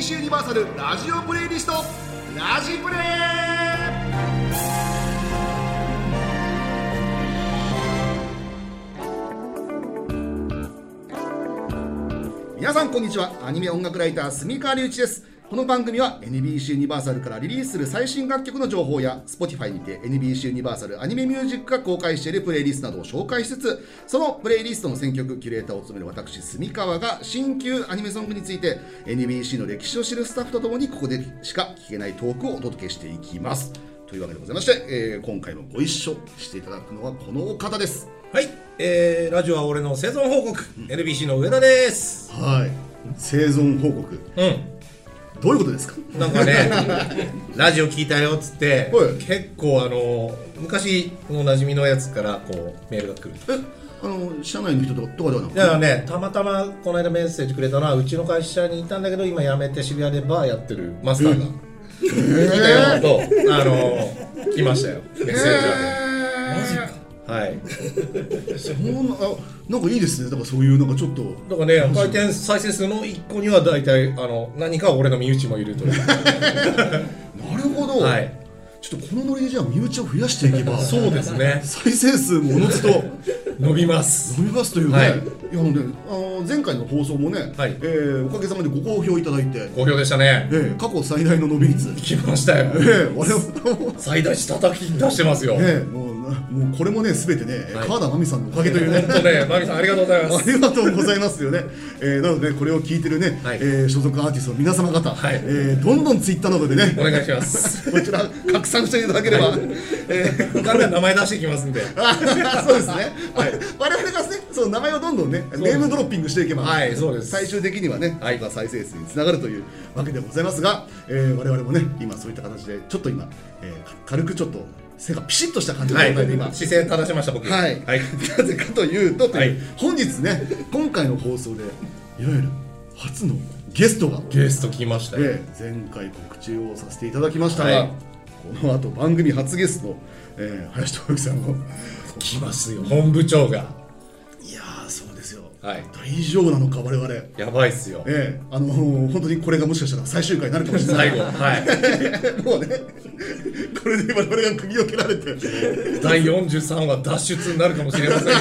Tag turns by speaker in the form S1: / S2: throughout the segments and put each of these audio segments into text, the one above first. S1: 西ユニバーサルラジオプレイリストラジプレ皆さんこんにちはアニメ音楽ライター住川隆一ですこの番組は NBC ユニバーサルからリリースする最新楽曲の情報や Spotify にて NBC ユニバーサルアニメミュージックが公開しているプレイリストなどを紹介しつつそのプレイリストの選曲キュレーターを務める私住川が新旧アニメソングについて NBC の歴史を知るスタッフとともにここでしか聞けないトークをお届けしていきますというわけでございまして、えー今回もご一緒していただくのはこのお方です
S2: はい、えー、ラジオは俺の生存報告、NBC の上田です。
S1: はい生存報告
S2: うん、
S1: どういうことですか
S2: なん かね、ラジオ聞いたよっつって
S1: はい、
S2: 結構あの昔の馴染みのやつからこうメールが来る。
S1: えあの社内の人とかとかではなくて
S2: だからね、たまたまこの間メッセージくれたのはうちの会社にいたんだけど今辞めて渋谷でバーやってるマスターが
S1: えー
S2: 来たよと、あの来ましたよメッセージ
S1: マジか
S2: がはい
S1: んなあなんかいいですねだからそういうなんかちょっと
S2: だからね回転再生数の一個には大体あの何か俺の身内もいるという
S1: なるほど、
S2: はい
S1: ちょっとこのノリでじゃあ身内を増やしていけば
S2: そうですね
S1: 再生数もおのず と
S2: 伸びます
S1: 伸びますというね、、
S2: はいい
S1: やあのねあの前回の放送もね、
S2: はい
S1: えーおかげさまでご好評いただいて、
S2: 好評でしたね
S1: えー過去最大の伸び率
S2: 来ましたよ
S1: えー我々も
S2: 最大値叩き出してますよ、
S1: えーもうなもうこれもね全てね、
S2: はい
S1: 川田真美さんのおかげというね
S2: 本当ねマミさんありがとうございま
S1: あ
S2: す
S1: りがとうございますよ ね。えー、なので、ね、これを聞いてるね、
S2: はい
S1: えー所属アーティストの皆様方、
S2: はい
S1: えーどんどんツイッターなどでね
S2: お、願いします
S1: こちら拡散していただければ、 え
S2: 浮かんだら名前出していきますんで
S1: ーそうですね、
S2: はい
S1: 我々がねその名前をどんどんねネームドロッピングしていけば、
S2: はいそうです
S1: 最終的にはね、
S2: はい
S1: また再生数につながるというわけでございますが、えー、我々もね今そういった形でちょっと今、えー軽くちょっと背がピシッとした感じの
S2: は
S1: 状
S2: い
S1: 態で今、
S2: 姿勢正しました僕
S1: はい、
S2: はい、
S1: なぜかというと、という
S2: はい
S1: 本日ね今回の放送でいわゆる初のゲストが、
S2: ゲスト来ましたよ、
S1: ええ前回告知をさせていただきましたが、
S2: はい
S1: この後番組初ゲスト、ええ林智之さんの
S2: 来ますよ本部長が
S1: いやーそうですよ、
S2: はい
S1: 大丈夫なのか我々え
S2: やばいっすよ
S1: えあのー本当にこれがもしかしたら最終回になるかもしれない
S2: 最後は
S1: もうねこれで我々が首を切られて
S2: い第43話脱出になるかもしれませんよ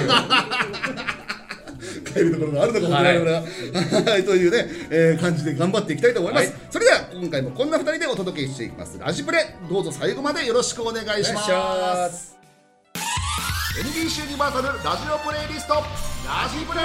S1: 帰るところがあるのかもしれないような、はい、というね、えー感じで頑張っていきたいと思います、
S2: はい
S1: それでは今回もこんな2人でお届けしていきますラジプレどうぞ最後までよろしくお願いします
S2: お願いします
S1: NBC ユニバーサルラジオプレイリストラジプレ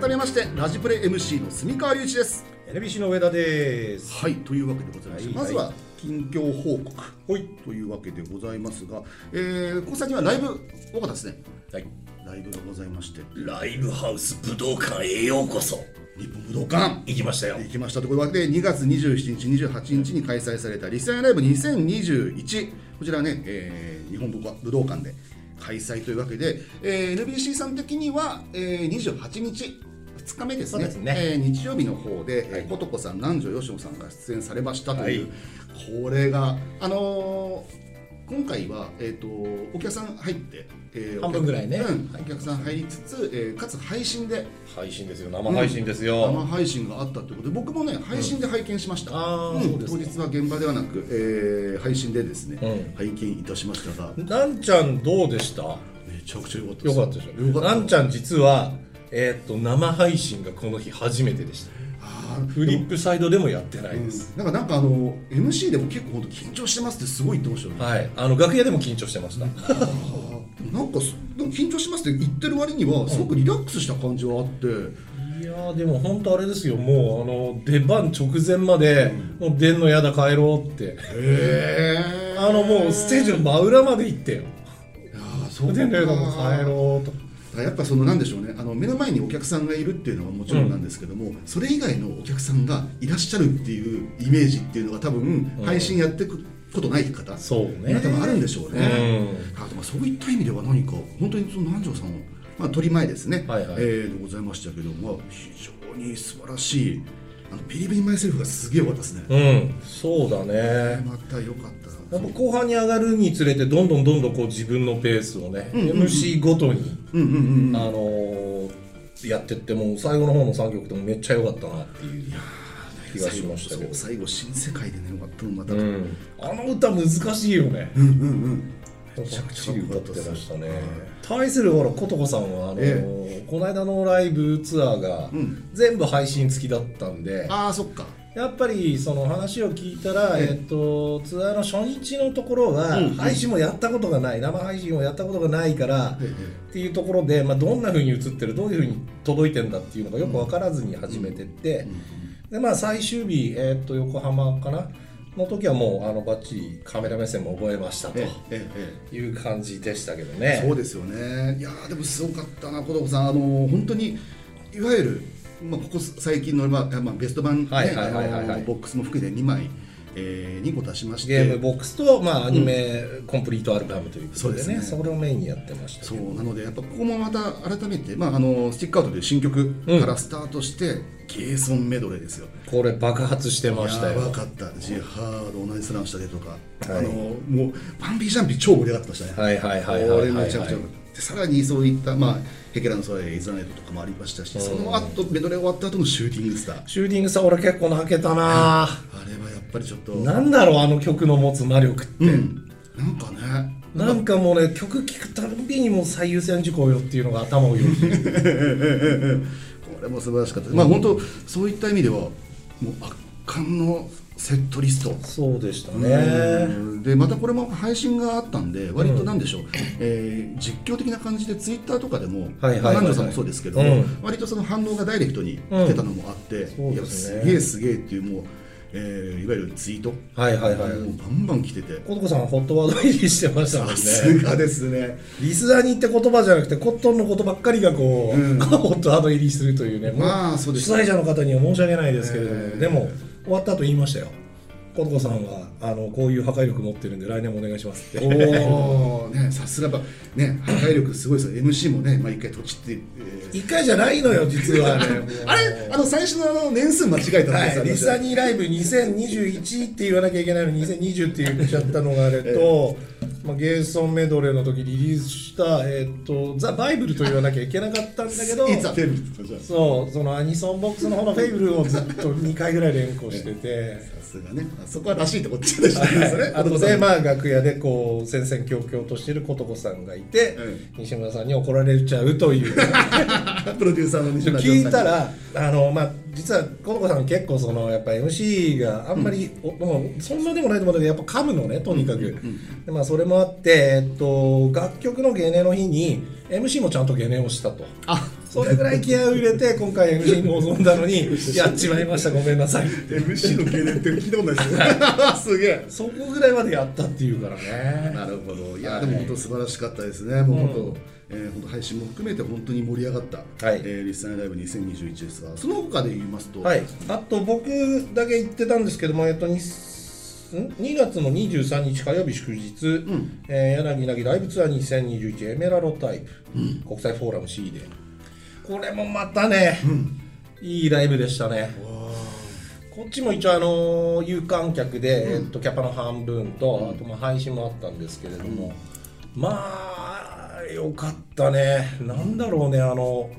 S1: 改めましてラジプレ MC の住川隆一です
S2: NBC の上田です
S1: はいというわけでございまして、
S2: はい
S1: まずは近況報告
S2: ほい
S1: というわけでございますが、えー、ここ最近はライブ多かったですね
S2: はい
S1: ライブがございまして
S2: ライブハウス武道館へようこそ
S1: 日本武道館
S2: 行きましたよ
S1: 行きましたということで2月27日28日に開催されたリスナーライブ2021こちらね、えー日本武道館で開催というわけで、えー NBC さん的には、えー28日2日目ですね
S2: そうですね
S1: えー日曜日の方で、
S2: は
S1: え
S2: い
S1: ー、ことこさん南條よしのさんが出演されましたという、
S2: は
S1: これがあのー今回は、えー、とお客さん入って、えー
S2: 半分ぐらいね
S1: お客うんお客さん入りつつ、えーかつ配信で
S2: 配信ですよ生配信ですよ、
S1: 生配信があったということで僕もね配信で拝見しました、
S2: うんあー
S1: ん
S2: そうです
S1: 当
S2: か
S1: 日は現場ではなく、えー配信でですね、
S2: うん
S1: 拝見いたしましたがめ
S2: なんちゃんどうでしたよ
S1: ちゃくちゃ良かった
S2: かったでし
S1: よか
S2: ょ
S1: った
S2: なんちゃん実はえーっと生配信がこの日初めてでした
S1: あー
S2: フリップサイドでもやってない
S1: うん
S2: です、
S1: なんかなんかあの MC でも結構本当緊張してますってすごい言ってましたよね、
S2: はいあの楽屋でも緊張してました、
S1: なんかそなんか緊張しますって言ってる割にはすごくリラックスした感じはあって、
S2: いやーでも本当あれですよもうあの出番直前まで、もう出んのやだ帰ろうって
S1: へえ
S2: あのもうステージの真裏まで行ってよ
S1: あーそう
S2: 出んのやだもう帰
S1: う
S2: ろうと
S1: やっぱそのなんでしょうねあの目の前にお客さんがいるっていうのはもちろんなんですけども、それ以外のお客さんがいらっしゃるっていうイメージっていうのが多分
S2: うん
S1: 配信やってくことない方、
S2: そうね
S1: 多分あるんでしょうね、
S2: う
S1: あでもそういった意味では何か本当にその南條さんの、まあ、取り前ですね、
S2: はいはい
S1: えーでございましたけども非常に素晴らしいあのピリピリマイセルフがすげえ良かったですね、
S2: うんそうだね
S1: また良かった
S2: やっぱ後半に上がるにつれてどんどんどんどんこう自分のペースをね、
S1: うんうんうん
S2: MC ごとに、
S1: うんうんうん
S2: あのーやってってもう最後の方の3曲ともめっちゃ良かったなっていう気がしましたけど
S1: 最後新世界でねよかったのまた、
S2: うんあの歌難しいよね
S1: うんうんうん
S2: めちゃくちゃ歌ってましたね
S1: はい
S2: 対するほら琴子さんはあの、
S1: え
S2: この間のライブツアーが
S1: うん
S2: 全部配信付きだったんで、
S1: ああそっか
S2: やっぱりその話を聞いたら、
S1: ええ
S2: えっと、ツアーの初日のところは
S1: うんうん
S2: 配信もやったことがない、生配信もやったことがないから、
S1: ええ
S2: っていうところで、まあ、どんなふうに映ってるどういうふうに届いてんだっていうのがよく分からずに始めてって、でまあ、最終日、えーっと横浜かなの時はもうあのバッチリカメラ目線も覚えましたと
S1: ええええ
S2: いう感じでしたけど
S1: ええそ
S2: ね
S1: う。ですよねいやーでもすごかったな琴子さんあのー本当にいわゆるまあここ最近のまあまあベスト版ねあ
S2: はいはいはいはいはい
S1: のボックスも含めて2枚えー、2個出しまして
S2: ゲームボックスと、まあ、アニメコンプリートアルバムということでね,、
S1: そう
S2: そ
S1: ですね
S2: れをメインにやってました
S1: そ
S2: けど
S1: うなのでやっぱここもまた改めて、まあ、あのスティックアウトで新曲からスタートして、ゲーソンメドレーですよ
S2: これ爆発してました
S1: やば
S2: よ
S1: かったジハード同じスラムしたでとか、
S2: はい
S1: あのもうパンピージャンピー超盛り上がってましたね
S2: はいはいはいはいはいはい
S1: これめちゃくちゃ良かったでさらにそういった、まあ、ヘケラの空へイズナイトとかもありましたし、その後メドレー終わった後のシューティングスター
S2: シューティングさ俺結構泣けたな
S1: あれはやっぱりちょっと
S2: なんだろうあの曲の持つ魔力って、
S1: うんなんかね
S2: なんかもうね曲聴くたんびにもう最優先事項よっていうのが頭をよぎる
S1: これも素晴らしかった、まあ本当そういった意味ではもう圧巻のセットリスト
S2: そうでした
S1: う
S2: ね
S1: んでまたこれも配信があったんで割となんでしょう、えー実況的な感じでツイッターとかでも
S2: はいはいはいはい
S1: 南條さんもそうですけども、
S2: うん
S1: 割とその反応がダイレクトに来てたのもあって、
S2: うん
S1: いや
S2: そ
S1: す
S2: うですね
S1: げえすげえっていうもう、えーいわゆるツイート、
S2: はいはいはい
S1: もうバンバン来てて
S2: 琴子さんはホットワード入りしてましたも
S1: さ
S2: ん
S1: す
S2: ね
S1: がですね
S2: リスナーに言って言葉じゃなくてコットンのことばっかりがこう、
S1: うん
S2: ホットワード入りするというね、
S1: まあそうです
S2: 主催者の方には申し訳ないですけれども、
S1: えー
S2: でも終わった後言いましたよ琴子さんはあのこういう破壊力持ってるんで来年もお願いしますって
S1: おーねさすがやっぱね破壊力すごいですよ MC もね毎回とちって、えー
S2: 一回じゃないのよ実 はね
S1: あれあの最初のあの年数間違えたん
S2: は
S1: です
S2: い、リサニーライブ2021って言わなきゃいけないのに2020って言っちゃったのがあれと、まあ、ゲーソンメドレーの時リリースした「えー、とザ・バイブル」と言わなきゃいけなかったんだけど
S1: いつ当てるんですかじゃあ
S2: そうそのアニソンボックスの方の「フェイブル」をずっと2回ぐらい連呼してて
S1: さすがねあそこはらしいとこっちでしたねそれ
S2: あと
S1: 子さ
S2: で
S1: ん
S2: まあ楽屋でこう戦々恐々としてる琴子さんがいて、西村さんに怒られちゃうという
S1: プロデューサーの西村
S2: 聞いたらあのまあ実は琴子さん結構そのやっぱ MC があんまり、おもうそんなでもないと思うんだけどやっぱ噛むのねとにかく、でまあそれもあって、えっと、楽曲のゲネの日に MC もちゃんとゲネをしたと
S1: あ
S2: それぐらい気合を入れ て今回 MC に臨んだの にやっちまいましたごめんなさい
S1: MC の経年って聞いたことない ですすげえ
S2: そこぐらいまでやったっていうからね
S1: なるほどいや
S2: はい
S1: でも本当素晴らしかったですねもう本当、えー本当配信も含めて本当に盛り上がった、
S2: はい
S1: えーリスナーライブ2021ですがその他で言いますと、
S2: はい、あと僕だけ言ってたんですけども、えっと、にん2月の23日火曜日祝日、
S1: ん
S2: えー柳凪ライブツアー2021エメラロタイプ、国際フォーラム C でこれもまたね、いいライブでしたねこっちも一応あの有観客で、えっと、キャパの半分と、あとまあ配信もあったんですけれども、まあよかったねなんだろうねあの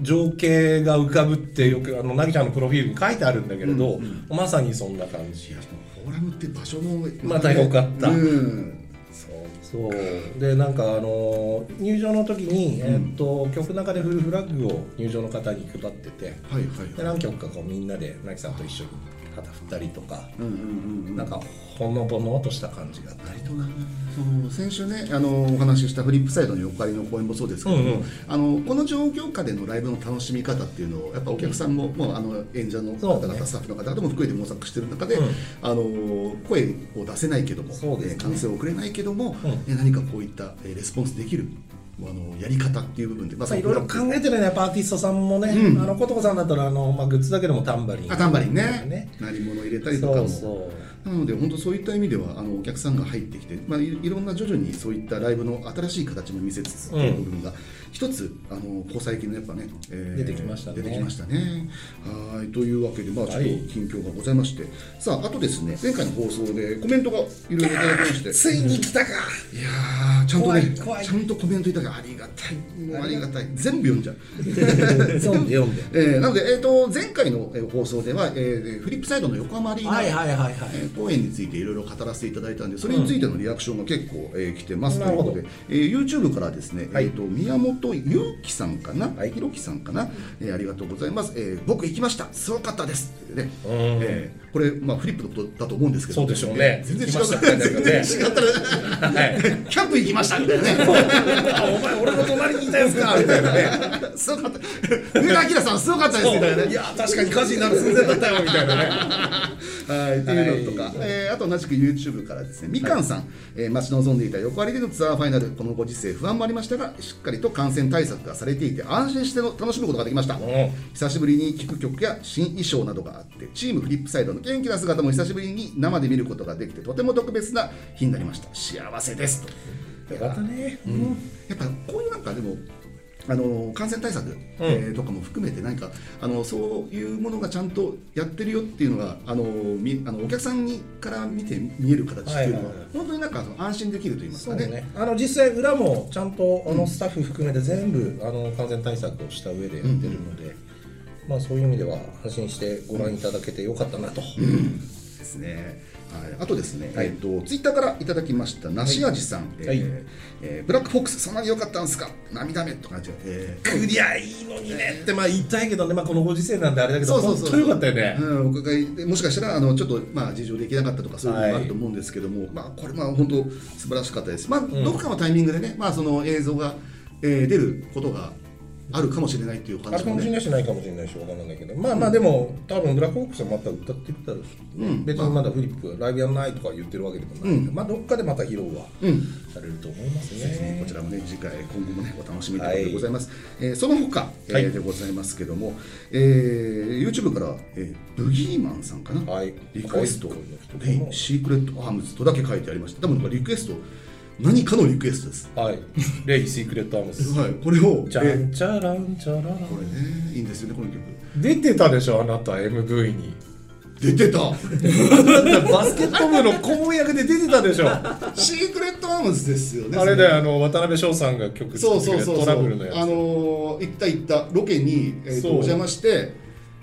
S2: 情景が浮かぶってよくあのなぎちゃんのプロフィールに書いてあるんだけれど、まさにそんな感じ
S1: フォーラムって場所も
S2: また良かった
S1: うんそう
S2: そうでなんかあの入場の時に、えっと曲の中でフルフラッグを入場の方に配ってて
S1: はいはい
S2: で
S1: はい
S2: 何曲かこうみんなでなぎさんと一緒に旗振ったりとか、
S1: うんうんうんうん
S2: なんかほのぼのとした感じがあったり
S1: 割となその先週ねあのお話ししたフリップサイドの横かりの公演もそうですけども、
S2: うんうん
S1: あのこの状況下でのライブの楽しみ方っていうのをやっぱお客さんも,、もうあの演者の方
S2: そう
S1: 々、
S2: ね
S1: スタッフの方々も含めて模索してる中で、
S2: うん
S1: あの声を出せないけども、
S2: そうですね
S1: えー歓声を送れないけども、
S2: うん
S1: えー何かこういったえーレスポンスできるあのやり方っていう部分で、ま
S2: まあ、いろいろ考えてるね、パーティストさんもね、
S1: うん
S2: あの、ことこさんだったら、あの、まあ、グッズだけでもタンバリン。
S1: あタンバリンね
S2: ね
S1: 鳴り物入れたりとかも
S2: そうそう
S1: なので本当そういった意味ではあのお客さんが入ってきて、まあ、いいろんな徐々にそういったライブの新しい形も見せつつっていう部分が一つ、あのここ最近のやっぱね、え
S2: 出てきましたね
S1: 出てきましたねはいというわけでまあちょっと
S2: はい
S1: 近況がございまして、さああとですね前回の放送でコメントがいろいろいただきまして
S2: ついに来たか
S1: いやーちゃんとね
S2: 怖い怖い
S1: ちゃんとコメントいただきありがたいもうありがたい全部読んじゃう
S2: 読んで読んで
S1: えーなので、えー、と前回の、えー放送では、えーフリップサイドの横浜アリーナ、
S2: はいはいはいはい
S1: えー公演についていろいろ語らせていただいたんでそれについてのリアクションが結構、えー来てますと
S2: ないる
S1: うこ
S2: ほど
S1: とで、えー YouTube からですね、
S2: はい
S1: えー、と宮本裕樹さんかな、
S2: はい
S1: ひろきさんかな、えーありがとうございます、えー僕行きましたすごかったですってね、
S2: うん
S1: えーこれ、まあ、フリップのことだと思うんですけど
S2: そうでしょうね
S1: 全然違
S2: 行き
S1: う
S2: ましたみたいな
S1: 全
S2: ね
S1: 然違ったら、
S2: はい
S1: キャンプ行きましたみたいなね
S2: あお前俺の隣にいたやつかみたいなね
S1: すごかった上田明さんすごかったですみたいなね
S2: いや確かに火事になる寸前だったよみたいなね
S1: はい、というのとか、
S2: はい
S1: えーあと同じく YouTube からですねみかんさん、えー待ち望んでいた横割りでのツアーファイナルこのご時世不安もありましたがしっかりと感染対策がされていて安心しての楽しむことができました
S2: ん
S1: 久しぶりに聴く曲や新衣装などがあってチームフリップサイドの元気な姿も久しぶりに生で見ることができてとても特別な日になりました幸せですと
S2: よかったね、
S1: やっぱこういうなんかでもあの感染対策、えーとかも含めて何かあのそういうものがちゃんとやってるよっていうのがあのみあのお客さんにから見て見える形っていうのは,、
S2: はいはいはい
S1: 本当になんかその安心できると言います
S2: そ
S1: か
S2: う
S1: ね。
S2: ねあの実際裏もちゃんとあのスタッフ含めて全部、あの感染対策をした上でやってるので、まあそういう意味では安心してご覧いただけてよかったな
S1: で
S2: と、
S1: すね。はい、あとですね、
S2: はい
S1: えっ、とツイッターからいただきました梨味さん、えー
S2: はい
S1: えーブラックフォックスそんなに良かったんすか涙目とかじゃ、え
S2: クリア いいのにねってまあ言いたいけどねまあこのご時世なんであれだけ
S1: ー
S2: ど本当によかったよね、
S1: うん、お伺いでもしかしたらあのちょっとまあ事情できなかったとかそういうのもあると思うんですけども、まあこれまあ本当素晴らしかったです。まあ、どこかのタイミングでね、まあその映像が、えー出ることがあるかもしれないっていう
S2: あ
S1: 感
S2: る
S1: じ
S2: か
S1: も
S2: もしれ
S1: ね。
S2: ないしないかもしれないしわからないけどまあまあでも多分ブラックホークスはまた歌ってるだろうし、
S1: うん
S2: 別にまだフリップライブやんないとか言ってるわけでもないけど、
S1: うん
S2: まあどっかでまた披露は
S1: うん。
S2: されると思います
S1: ぜひね
S2: ね、
S1: こちらもね次回今後もねお楽しみということでございます、えーその他、えー
S2: はい
S1: でございますけども、えー YouTube から、えーブギーマンさんかな、
S2: はい
S1: リクエスト
S2: はい
S1: 「レインシークレットアームズ」とだけ書いてありました多分なんかリクエスト何かのリクエストです
S2: はいレイシークレットアームス
S1: はいこれを
S2: じゃ
S1: えー
S2: んじゃらんじゃらら
S1: これねいいんですよねこの曲
S2: 出てたでしょあなた MV に
S1: 出てた
S2: バスケット部の顧問役で出てた でしょあ
S1: シークレットアームズですよね
S2: れだよあの渡辺翔さんが曲
S1: そ
S2: 作
S1: う
S2: っ
S1: そ
S2: て
S1: うそうそ
S2: る
S1: う
S2: トラブルのやつ
S1: あのー行った行ったロケに、えーと
S2: そう
S1: お邪魔して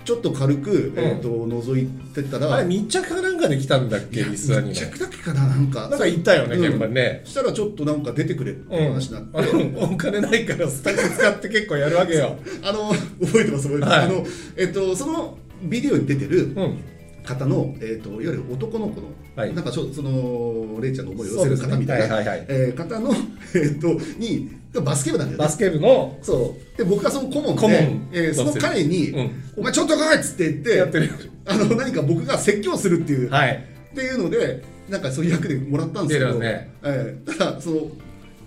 S1: ちょっと軽く、えー、と覗いてたら
S2: あれ密着かなんかで来たんだっけリスナーにも
S1: 密着だけかななんか
S2: なんか行ったよね
S1: うん
S2: 現場にね
S1: そしたらちょっとなんか出てくれって話になって、
S2: うん、 お金ないからスタッフ使って結構やるわけよ。
S1: あの覚えてます覚えてます、
S2: はい
S1: あのえっとそのビデオに出てる
S2: うん、
S1: 方の、えっといわゆる男の子の、
S2: はい
S1: なんかちょそのレイちゃんの思いを寄せる方みたいな、
S2: そうですねはいはいはい
S1: えー方の えっとにバスケ部なんだよね
S2: バスケ部の
S1: そうで僕がその顧問で
S2: 顧問
S1: えーその彼に、
S2: うん
S1: お前ちょっと来い!」っつって言って
S2: やってる
S1: あの何か僕が説教するっていう、
S2: はい
S1: っていうのでなんかそういう役でもらったんですけど、
S2: 出てますね
S1: ええただその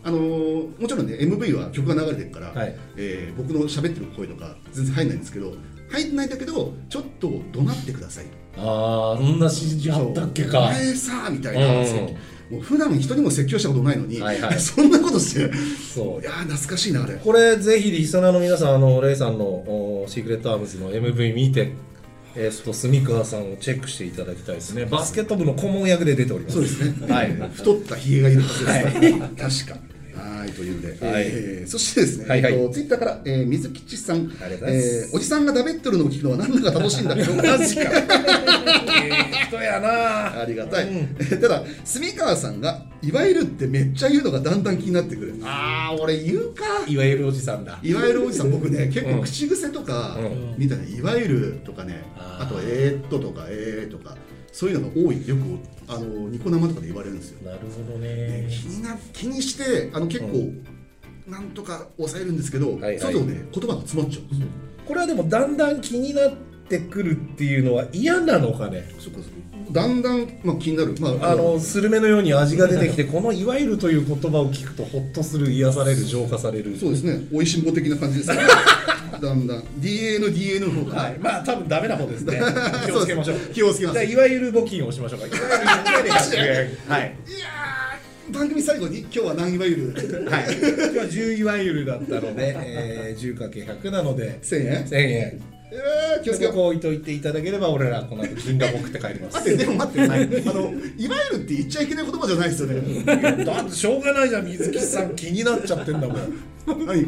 S1: あのーもちろんね MV は曲が流れてるから、
S2: はい
S1: ええ僕の喋ってる声とか全然入んないんですけど入んないんだけどちょっと怒鳴ってください
S2: ああそんな指示あったっけ
S1: お
S2: か
S1: 前さみたい
S2: うん
S1: な、説教もう普段人にも説教したことないのに、
S2: はいはい
S1: そんなことしていや
S2: そう
S1: ー懐かしいなあれ
S2: これぜひリスナーの皆さんあのレイさんのおシークレットアームズの MV 見てえー、と住川さんをチェックしていただきたいですねバスケット部の顧問役で出ております
S1: そうですね、
S2: はい
S1: 太ったひげがいるはずですから、確かはいというので、
S2: はい
S1: えーそしてですね、
S2: はいはい
S1: えーとツイッターから、えー、水吉さん
S2: ありがとうございます
S1: えーおじさんがダベっとるのを聞くのは何だか楽しいんだけど
S2: マジかええ人やな
S1: ありがたい、
S2: う
S1: ただ住川さんが「いわゆる」ってめっちゃ言うのがだんだん気になってくるあー俺言うか
S2: いわゆるおじさんだ
S1: いわゆるおじさん僕ね結
S2: うん
S1: 構口癖とか、
S2: うん
S1: みたいないわゆるとかね
S2: あ
S1: あ
S2: ー
S1: とえーっととかえーとかそういうのが多いよくあのニコ生とかで言われるんですよ
S2: なるほど
S1: ね
S2: ね
S1: 気にな気にしてあの結構、なんとか抑えるんですけど、
S2: はいはい
S1: そういうのね言葉が詰まっちゃうんですよ、
S2: これはでもだんだん気になってくるっていうのは嫌なのかね
S1: そっかそっかだんだん、まあ、気になる、まあ、
S2: あのスルメのように味が出てきてこの「いわゆる」という言葉を聞くとほっとする癒される浄化される
S1: そうですねおいしんぼ的な感じですねだんだん DNDN の方が、。
S2: はい、まあ多分ダメな方ですね気をつけましょう。
S1: 気をつけます
S2: じゃあいわゆる募金をしましょうか。いわゆる
S1: 確かに
S2: はい。
S1: いやー番組最後に今日は何いわゆる
S2: はい。今日は10いわゆるだったので、えー、10×100 なので
S1: 1000円
S2: 1000円。
S1: えー気
S2: 気
S1: を
S2: を
S1: つけ
S2: つけ
S1: よう
S2: こう置いといていただければ俺らこの後銀河僕って帰りま
S1: 待って
S2: す。
S1: でも待って、あのいわゆるって言っちゃいけない言葉じゃないですよね
S2: だってしょうがないじゃん水木さん気になっちゃってんだもん。
S1: 何え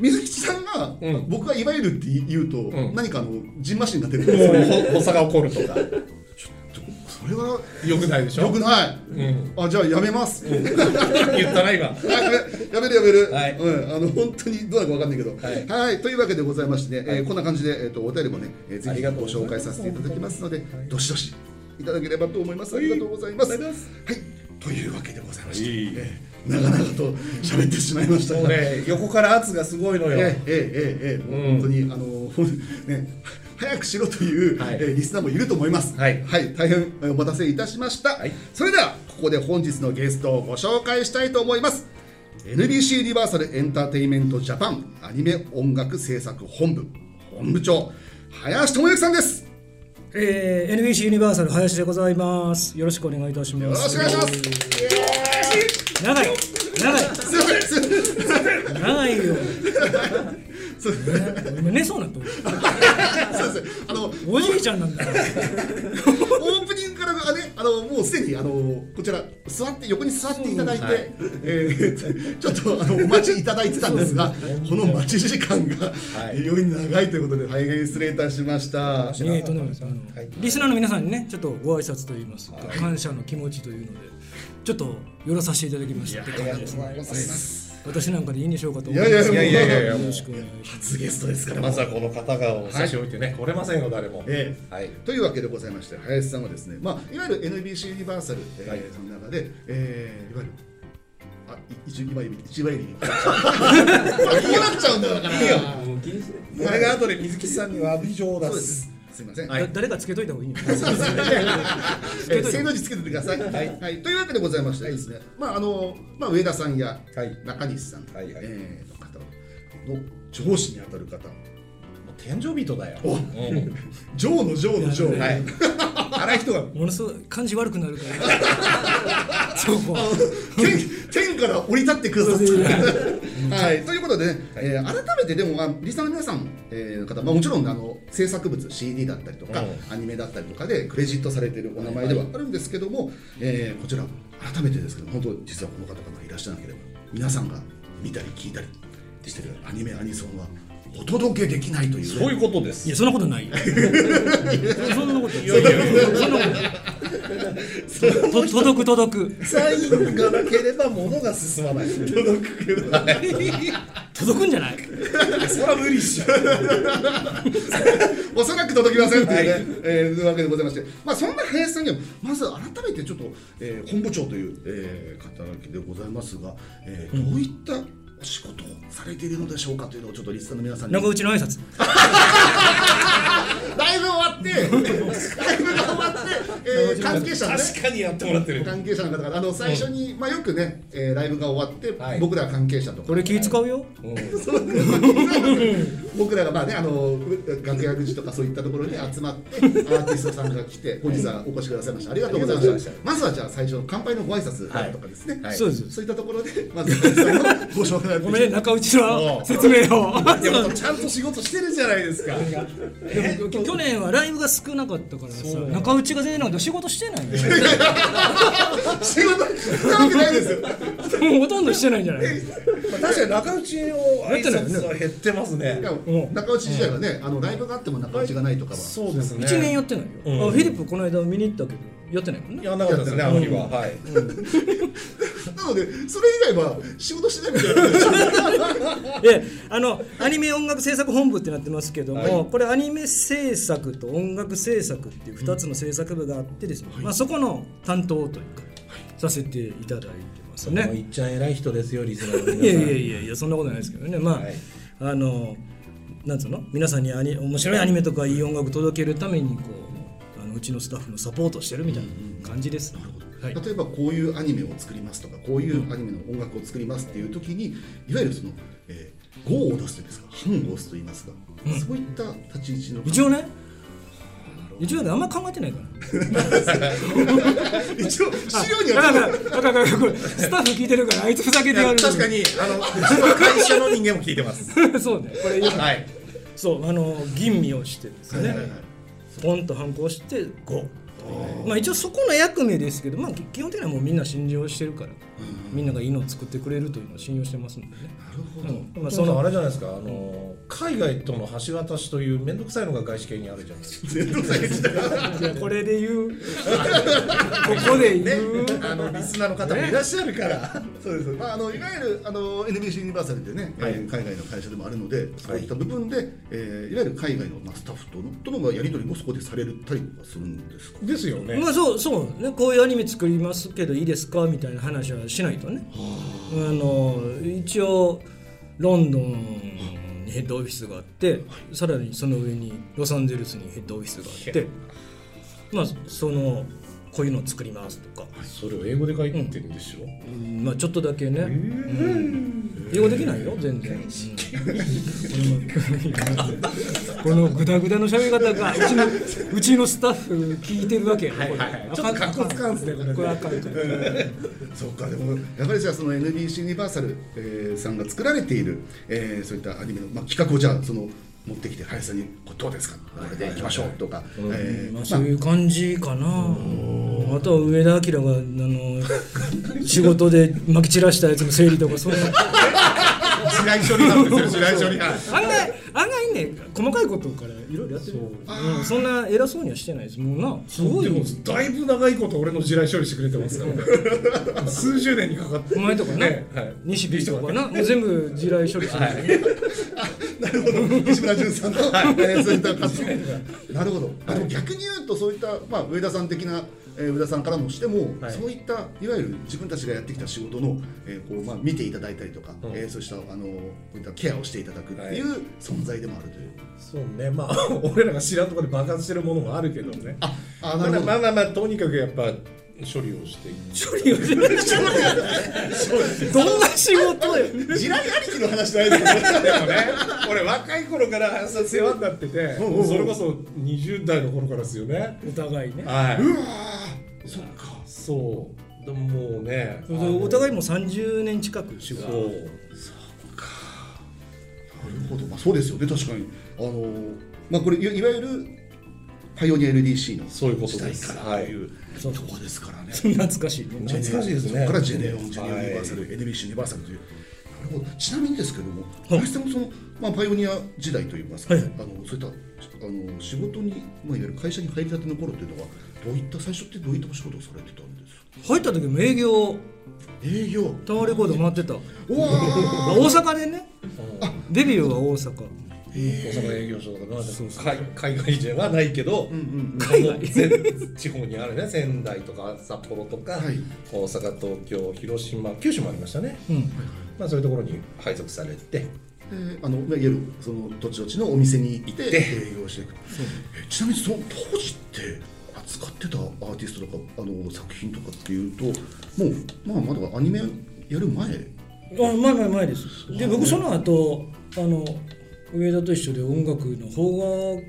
S1: 水吉さんが、
S2: うん
S1: 僕がいわゆるって言うと、
S2: うん
S1: 何かあのジンマシンが出てくるんですよ
S2: もう発作が起こるとか。
S1: それは
S2: よくないでしょ
S1: よくない、
S2: うん。
S1: あじゃあ やめます、
S2: 言ったな今。
S1: はいやめるやめる、
S2: はい
S1: うん、あの本当にどうなるかわかんないけど、は、
S2: はいい
S1: というわけでございましてね、えーこんな感じで、えー、とお便りもね、えー、ぜ
S2: あ
S1: ひ
S2: り
S1: ご
S2: がとうござい
S1: 紹
S2: ま
S1: 介
S2: す
S1: させていただきますので、
S2: はい
S1: どしどしいただければと思います。ありがとうございます。
S2: あ
S1: は
S2: り
S1: い
S2: がとうございます、
S1: というわけでございまして、
S2: いい
S1: えー長々と喋ってしまいました
S2: もう
S1: が、
S2: ね横から圧がすごいの
S1: えー、
S2: よ
S1: え。ーえーえー
S2: うん
S1: 本当にあの ほんね。早くしろという、
S2: はい
S1: えーリスナーもいると思います。
S2: はい
S1: 大変えーお待たせいたしました。
S2: はい
S1: それではここで本日のゲストをご紹介したいと思います NBC ユニバーサルエンターテインメントジャパンアニメ音楽制作本部本部長林智之さんですよ
S3: えー、NBC ユニバーサル林でございます。よろしくお願いいたします。
S1: ろしくお願いします
S3: 長い、長い、
S1: すいませんすいません
S3: 長いよ。ね今寝そうなと思う。
S1: すいませんあのオ
S3: おじいちゃんなんだから。
S1: ープニングからがねあのもうすでにあのこちら座って横に座っていただいて、えーちょっとあのお待ちいただいてたんですがこの待ち時間が
S2: はい
S1: より長いということで大変失礼いたしました。
S3: えーとねあの
S2: はい
S3: リスナーの皆さんにね、ちょっとご挨拶といいますか、感謝の気持ちというので、ちょっと寄らさせていただきましたって感じですね。私なんかでいいんでしょうかと思います。
S1: いや
S2: いやいやいや
S3: よろしくお願いします。
S1: 初ゲストですから
S2: まずはこの方がお差し置いてね、来れませんよ誰も。
S1: ええ
S2: はい。
S1: というわけでございまして林さんはですね、まあ、いわゆる NBC ユニバーサル、えー
S2: はい
S1: その中で、えー、いわゆるあい一番指一 番指にこうなっちゃうんだよだから
S2: これが後で水木さんには美女を
S1: そう
S2: 出。
S1: ですすすいません、
S2: はい
S3: だ誰かつけといた方がいいよ。
S1: えー、正の字つけててください、はいというわけでございましてですね、まああのまあ、上田さんや
S2: はい
S1: 中西さん、
S2: はいはい
S1: えーの方の上司にあたる方
S2: もう天井人だよ。
S1: お
S2: うん
S1: 上の上の上、
S2: はい。荒い人が。
S3: ものすごい感じ悪くなるから。そうこ
S1: あの天天から降り立ってくださってはい、ということでね、えー改めてでも、まあ、リスナーの皆さん、えーの方、まあ、もちろんあの制作物 CD だったりとか、
S2: う
S1: アニメだったりとかでクレジットされているお名前ではあるんですけども、えーこちら改めてですけど本当実はこの方々いらっしゃらなければ皆さんが見たり聞いたりしてるアニメアニソンはお届けできないというね、
S2: そういうことで
S3: い
S2: す
S3: や、。そんなこ とないよ。そんなことない。
S2: いやいやい
S3: そんなことない。と届く届く
S2: サインがなければ物が進 まない。届くけど。
S3: 届くんじゃない？
S2: それは無理っしょ。
S1: おそらく届きませんっていうね、
S2: はい
S1: えーというわけでございまして、まあ、そんな林さんにはまず改めてちょっと、えー本部長という、えー肩書きでございますが、えーどういったお仕事をされているのでしょうかというのをちょっとリスナーの皆さんに
S3: なんかうちの挨拶。
S1: ライブ終わってライブが終わって、えー関係者のね
S2: 確かにやってもらってる。
S1: 関係者の方からあの最初に、まあ、よくね、えーライブが終わって、
S2: はい
S1: 僕ら関係者とか
S3: これ気使うよ。
S1: 僕らがまあねあの楽屋口とかそういったところに集まってアーティストさんが来て本日はお越しくださいましたありがとうございましたまずはじゃあ最初の乾杯のご挨拶からとかですね、
S2: はい
S3: そうです。
S1: そういったところでまず林さんのご紹介を
S3: ごめんね、中内
S2: う
S3: の
S2: ん
S3: 説明を。
S2: いやもっとちゃんと仕事してるじゃないですか。
S3: でも去年はライブが少なかったからさ、
S2: そう
S3: 中内が全然なんか仕事してないよ。
S1: 仕事したわけないですよ
S3: もうほとんどしてないんじゃない？
S2: まあ確かに中内の挨拶は減ってますね。
S3: うん
S1: 中内時代はねあのライブがあっても中内がないとかは
S2: そうですね。
S3: 一年やってないよ。
S2: うん
S3: あフィリップこの間見に行ったけどやってないもんね。
S2: やんなかったですねあの日は。はい。
S1: なのでそれ以外は仕事してないみたいなんですよ
S3: えあのアニメ音楽制作本部ってなってますけども、
S2: は
S3: これアニメ制作と音楽制作っていう2つの制作部があってですね、まあ、そこの担当というか、させていただいてます
S2: もうい
S3: ね。
S2: っちゃん偉い人ですよリスナーの
S3: いや
S2: 皆さん
S3: いやいやいやそんなことないですけどねまあ、
S2: はい
S3: あのなんつうの皆さんにアニ面白いアニメとかいい音楽届けるためにこうあのうちのスタッフのサポートしてるみたいな感じです。はい
S1: 例えばこういうアニメを作りますとかこういうアニメの音楽を作りますっていう時にいわゆるその、えー号を出すというんですか半を押すと言いますか、そういった立ち位置の
S3: 一応ね一応ねあんま考えてないから
S1: 一応資料に
S3: だ
S1: は
S3: からだからだからこれスタッフ聞いてるからあいつふざけてやる
S2: 確かにあのうちの会社の人間も聞いてます
S3: そうねこれ
S2: はい
S3: そうあの吟味をしてですね、ポンと反抗して5まあ一応そこの役目ですけど、まあ、基本的にはもうみんな信用してるから、みんながいいのを作ってくれるというのを信用してますのでね。なるほど、まあ、そ
S2: その
S3: の
S2: あれじゃないですかあの海外との橋渡しという面倒くさいのが外資系にあるじゃないですか
S1: 全然大事だ
S3: いやこれで言う ここで言う、
S2: あのリスナーの方もいらっしゃるから、
S1: そうです、まあ、あのいわゆるあの NBC ユニバーサルでね、
S2: はい
S1: えー海外の会社でもあるのでそういった部分で、いえーいわゆる海外の、まあ、スタッフとのとのまあやり取りもそこでされるたりとかするんですか
S2: ですよね
S3: まあそうそうねこういうアニメ作りますけどいいですかみたいな話はしないとねあの一応ロンドンにヘッドオフィスがあってさらにその上にロサンゼルスにヘッドオフィスがあってまあそのこういうのを作りますとか、
S2: それを英語で書いてるんでしょ、
S3: うんまあちょっとだけね、うん英語できないよ全然、うんこのこのグダグダの喋り方がう ちのうちのスタッフ聞いてるわけよ、はい
S2: はいちょっとかっこつかんっすねこれね
S3: これあかんから
S1: そうかでもやっぱりじゃあその NBC ユニバーサル、えーさんが作られている、えーそういったアニメの、まあ、企画をじゃあその持ってきて林さんにこれどうですかこれでいきましょうとか、えー
S3: まあ、
S1: ま
S3: そ
S1: あ
S3: ういう感じかな、あとは上田明があの 仕事でまき散らしたやつの整理とかそういうの
S2: 地雷処理なんですよ地雷処理班
S3: 案外案外ね細かいことからいろいろやってるうん、そんな偉そうにはしてないですもうなすごい
S2: で
S3: よ
S2: もだいぶ長いこと俺の地雷処理してくれてますからね数十年にかかって
S3: お前とかね
S2: ねはい
S3: 西 B とかなもう全部地雷処理してるからね
S1: なるほど西村淳さんの、えーそういった活動なるほど、あでも逆に言うとそういった、まあ、上田さん的な、えー上田さんからもしても、
S2: はい
S1: そういったいわゆる自分たちがやってきた仕事の、えーこうまあ、見ていただいたりとか、えーそうしたあのこういったケアをしていただくっていう存在でもあるという、
S2: そうねまあ 俺らが知らんところで爆発してるものもあるけどね
S1: ああ
S2: ま
S1: な
S2: あ
S1: るほど
S2: まあまあまあとにかくやっぱ処理をしてい
S3: 処理をしてる どんな仕事よ
S1: 地雷ありきの話じゃないですか
S2: でもね俺若い頃から林さん世話になっててそれこそ20代の頃からですよね
S3: お互いね
S2: はい
S1: そっか
S2: そうでももうね
S3: それでお互いもう30年近く仕
S2: そ
S3: 事
S2: う
S1: なるほど、まあ、そうですよね確かにあのーまあこれいいわゆるパイオニア LDC の
S2: そういうことです
S1: 時代からという、
S3: そう
S1: とこですからね
S3: 懐かしいね
S2: 懐かしいですね
S1: そこからジェネオン、ジェネオン
S2: はい
S1: ユニバーサル、NBC ユニバーサルという。なるほどちなみにですけども、林さんもその、まあ、パイオニア時代といいますか、
S3: はい
S1: あのそういったあの仕事に、まあ、いわゆる会社に入りたての頃というのは、どういった最初ってどういったお仕事をされてたんですか
S3: 入った時も営業
S1: 営業。
S3: タワーレコード回ってた
S1: うわー
S3: 大阪でねデビューは大阪
S2: 大阪営業所とかまあ海海外勢はないけど、
S3: 海外
S2: 全地方にあるね仙台とか札幌とか、
S1: はい
S2: 大阪東京広島九州もありましたね、
S3: うん
S2: まあ、そういうところに配属されて
S1: であのいわゆるその土地土地のお店に行って
S2: 行って
S1: 営業していくえちなみにその当時って扱ってたアーティストとかあの作品とかっていうともう、まあ、まだアニメやる前
S3: あ前前前ですで僕その後あの上田と一緒で音楽の邦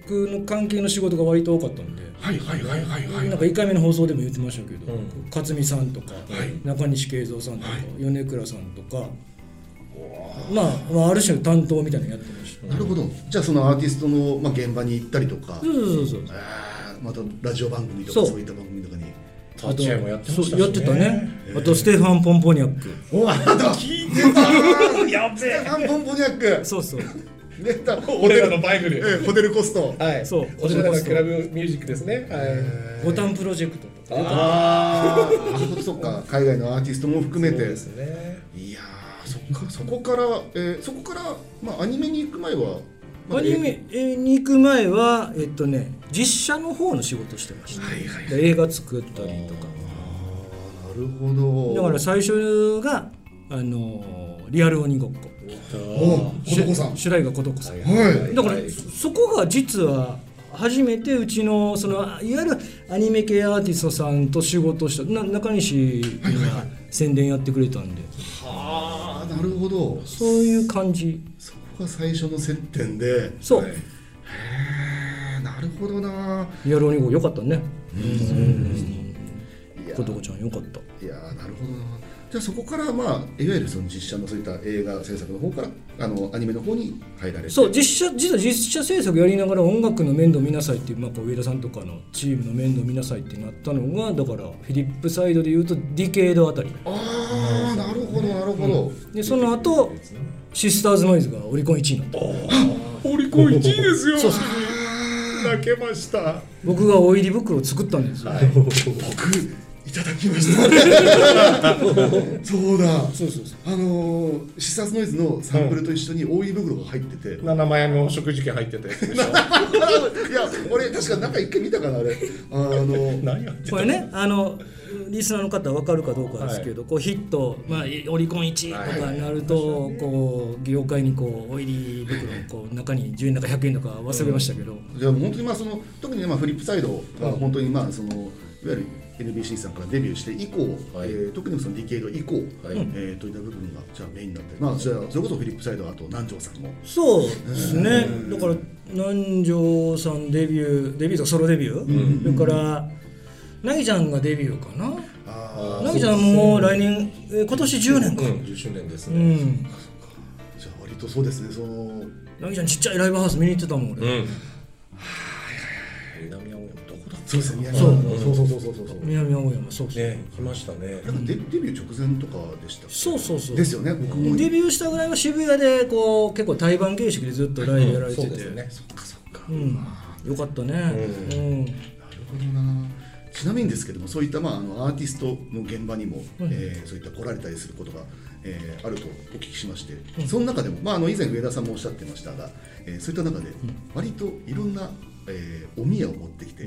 S3: 楽の関係の仕事が割と多かったんで
S1: はいはいはいはいは
S3: なんか1回目の放送でも言ってましたけど、
S2: うん
S3: 克実さんとか、
S1: い
S3: 中西慶三さんとか、米倉さんとか、まあ、まあ、ある種の担当みたいなのやってました、
S1: なるほどじゃあそのアーティストの、まあ、現場に行ったりとか、
S3: そうそうそうそう
S1: あーまたラジオ番組とかそ
S3: そうう
S1: いった番組とかに
S2: 立ち会いもやってましたし、
S3: そうやってたね、あとステファン・ポンポニャック
S1: おあなた
S2: 聞いてたやべえ
S1: アンポンポニャック
S3: そうそう
S1: 出たホ
S2: 俺
S1: テ
S2: ら
S1: ル
S2: のバイブル、
S1: ええホテルコスト
S2: はい
S3: そう
S2: こちらがクラブミュージックですねはい
S3: ボタンプロジェクトとか
S1: ああそっか海外のアーティストも含め
S2: そう
S1: て
S2: ですね
S1: いやーそっかそこから、えー、そこから、まあ、アニメに行く前は、まあ
S3: アニメに行く前はえっとね実写の方の仕事してました、
S1: はいはい
S3: で映画作ったりとか
S1: なるほど
S3: だから最初があのリアル鬼ごっこ
S1: お琴子さん
S3: 主題が琴子さん、
S1: はい
S3: だから、そこが実は初めてうちのそのいわゆるアニメ系アーティストさんと仕事したな中西が宣伝やってくれたんで、
S1: ああなるほど
S3: そういう感じ
S1: そこが最初の接点で
S3: そう、
S2: はい
S1: へーなるほどな
S3: リアル鬼ごよかったねうん
S1: いや
S3: 琴子ちゃんよかった
S1: いやーなるほどなじゃあそこからまあいわゆるその実写のそういった映画制作の方からあのアニメの方に入られて
S3: そう実写実は実写制作やりながら音楽の面倒見なさいっていう、まあ、こう上田さんとかのチームの面倒見なさいってなったのがだからフィリップサイドでいうとディケードあたり
S1: ああなるほどなるほど、
S3: でその後シスターズノイズがオリコン1位になった
S2: オリコン1位ですよ
S3: そうそ
S2: 泣けました
S3: 僕がお入り袋を作ったんですよ、
S1: 僕いただきました そうだ
S3: そうそうそう
S1: あのー、視察ノイズのサンプルと一緒に大入り袋が入ってて、
S2: 七万円の食事券入ってたやつでし
S1: い
S2: ょ
S1: や俺確かなんか一回見たかなあれあの
S2: 何やって
S3: これねあのリスナーの方分かるかどうかですけど、こうヒット、まあ、オリコン1とかになると、こう業界にこうお入り袋をこう中に10円だか100円だか忘れましたけど、
S1: いや本当にまあその特にねまあフリップサイドは本当にまあそのいわゆる NBC さんからデビューして以降、
S2: はい
S1: えー特にそのディケイド以降、
S2: はい
S1: えーといった部分がじゃあメインになって、まあじゃあそれこそフリップサイドはあと南條さんも
S3: そうですねだから南條さんデビューデビューとかソロデビュー、それから凪ちゃんがデビューかな
S1: あ
S3: 凪ちゃんも来年、えー今年10年か、
S2: うん、10周年です
S3: う
S2: ね、
S3: ん
S1: じゃあ割とそうですねその
S3: 凪ちゃんちっちゃいライブハウス見に行ってたもん俺、
S2: うん、南青山どこだっ
S1: そうですね
S3: そう
S1: そうそうそうそうそうそう
S3: 南青山そう
S2: た
S3: そう、
S2: ね来ましたね
S1: なんかデデビュー直前とかでしたっけ
S3: そうそうそう
S1: ですよね僕も
S3: デビューしたぐらいは渋谷でこう結構対バン形式でずっとライブやられてて、
S2: そうですね
S3: うんよかったね、うん
S1: なるほどなちなみにですけどもそういった、まあ、あのアーティストの現場にも、えーそういった来られたりすることが、えーあるとお聞きしまして、その中でも、まあ、あの以前上田さんもおっしゃってましたが、えーそういった中で割といろんな、えーお宮を持ってきて、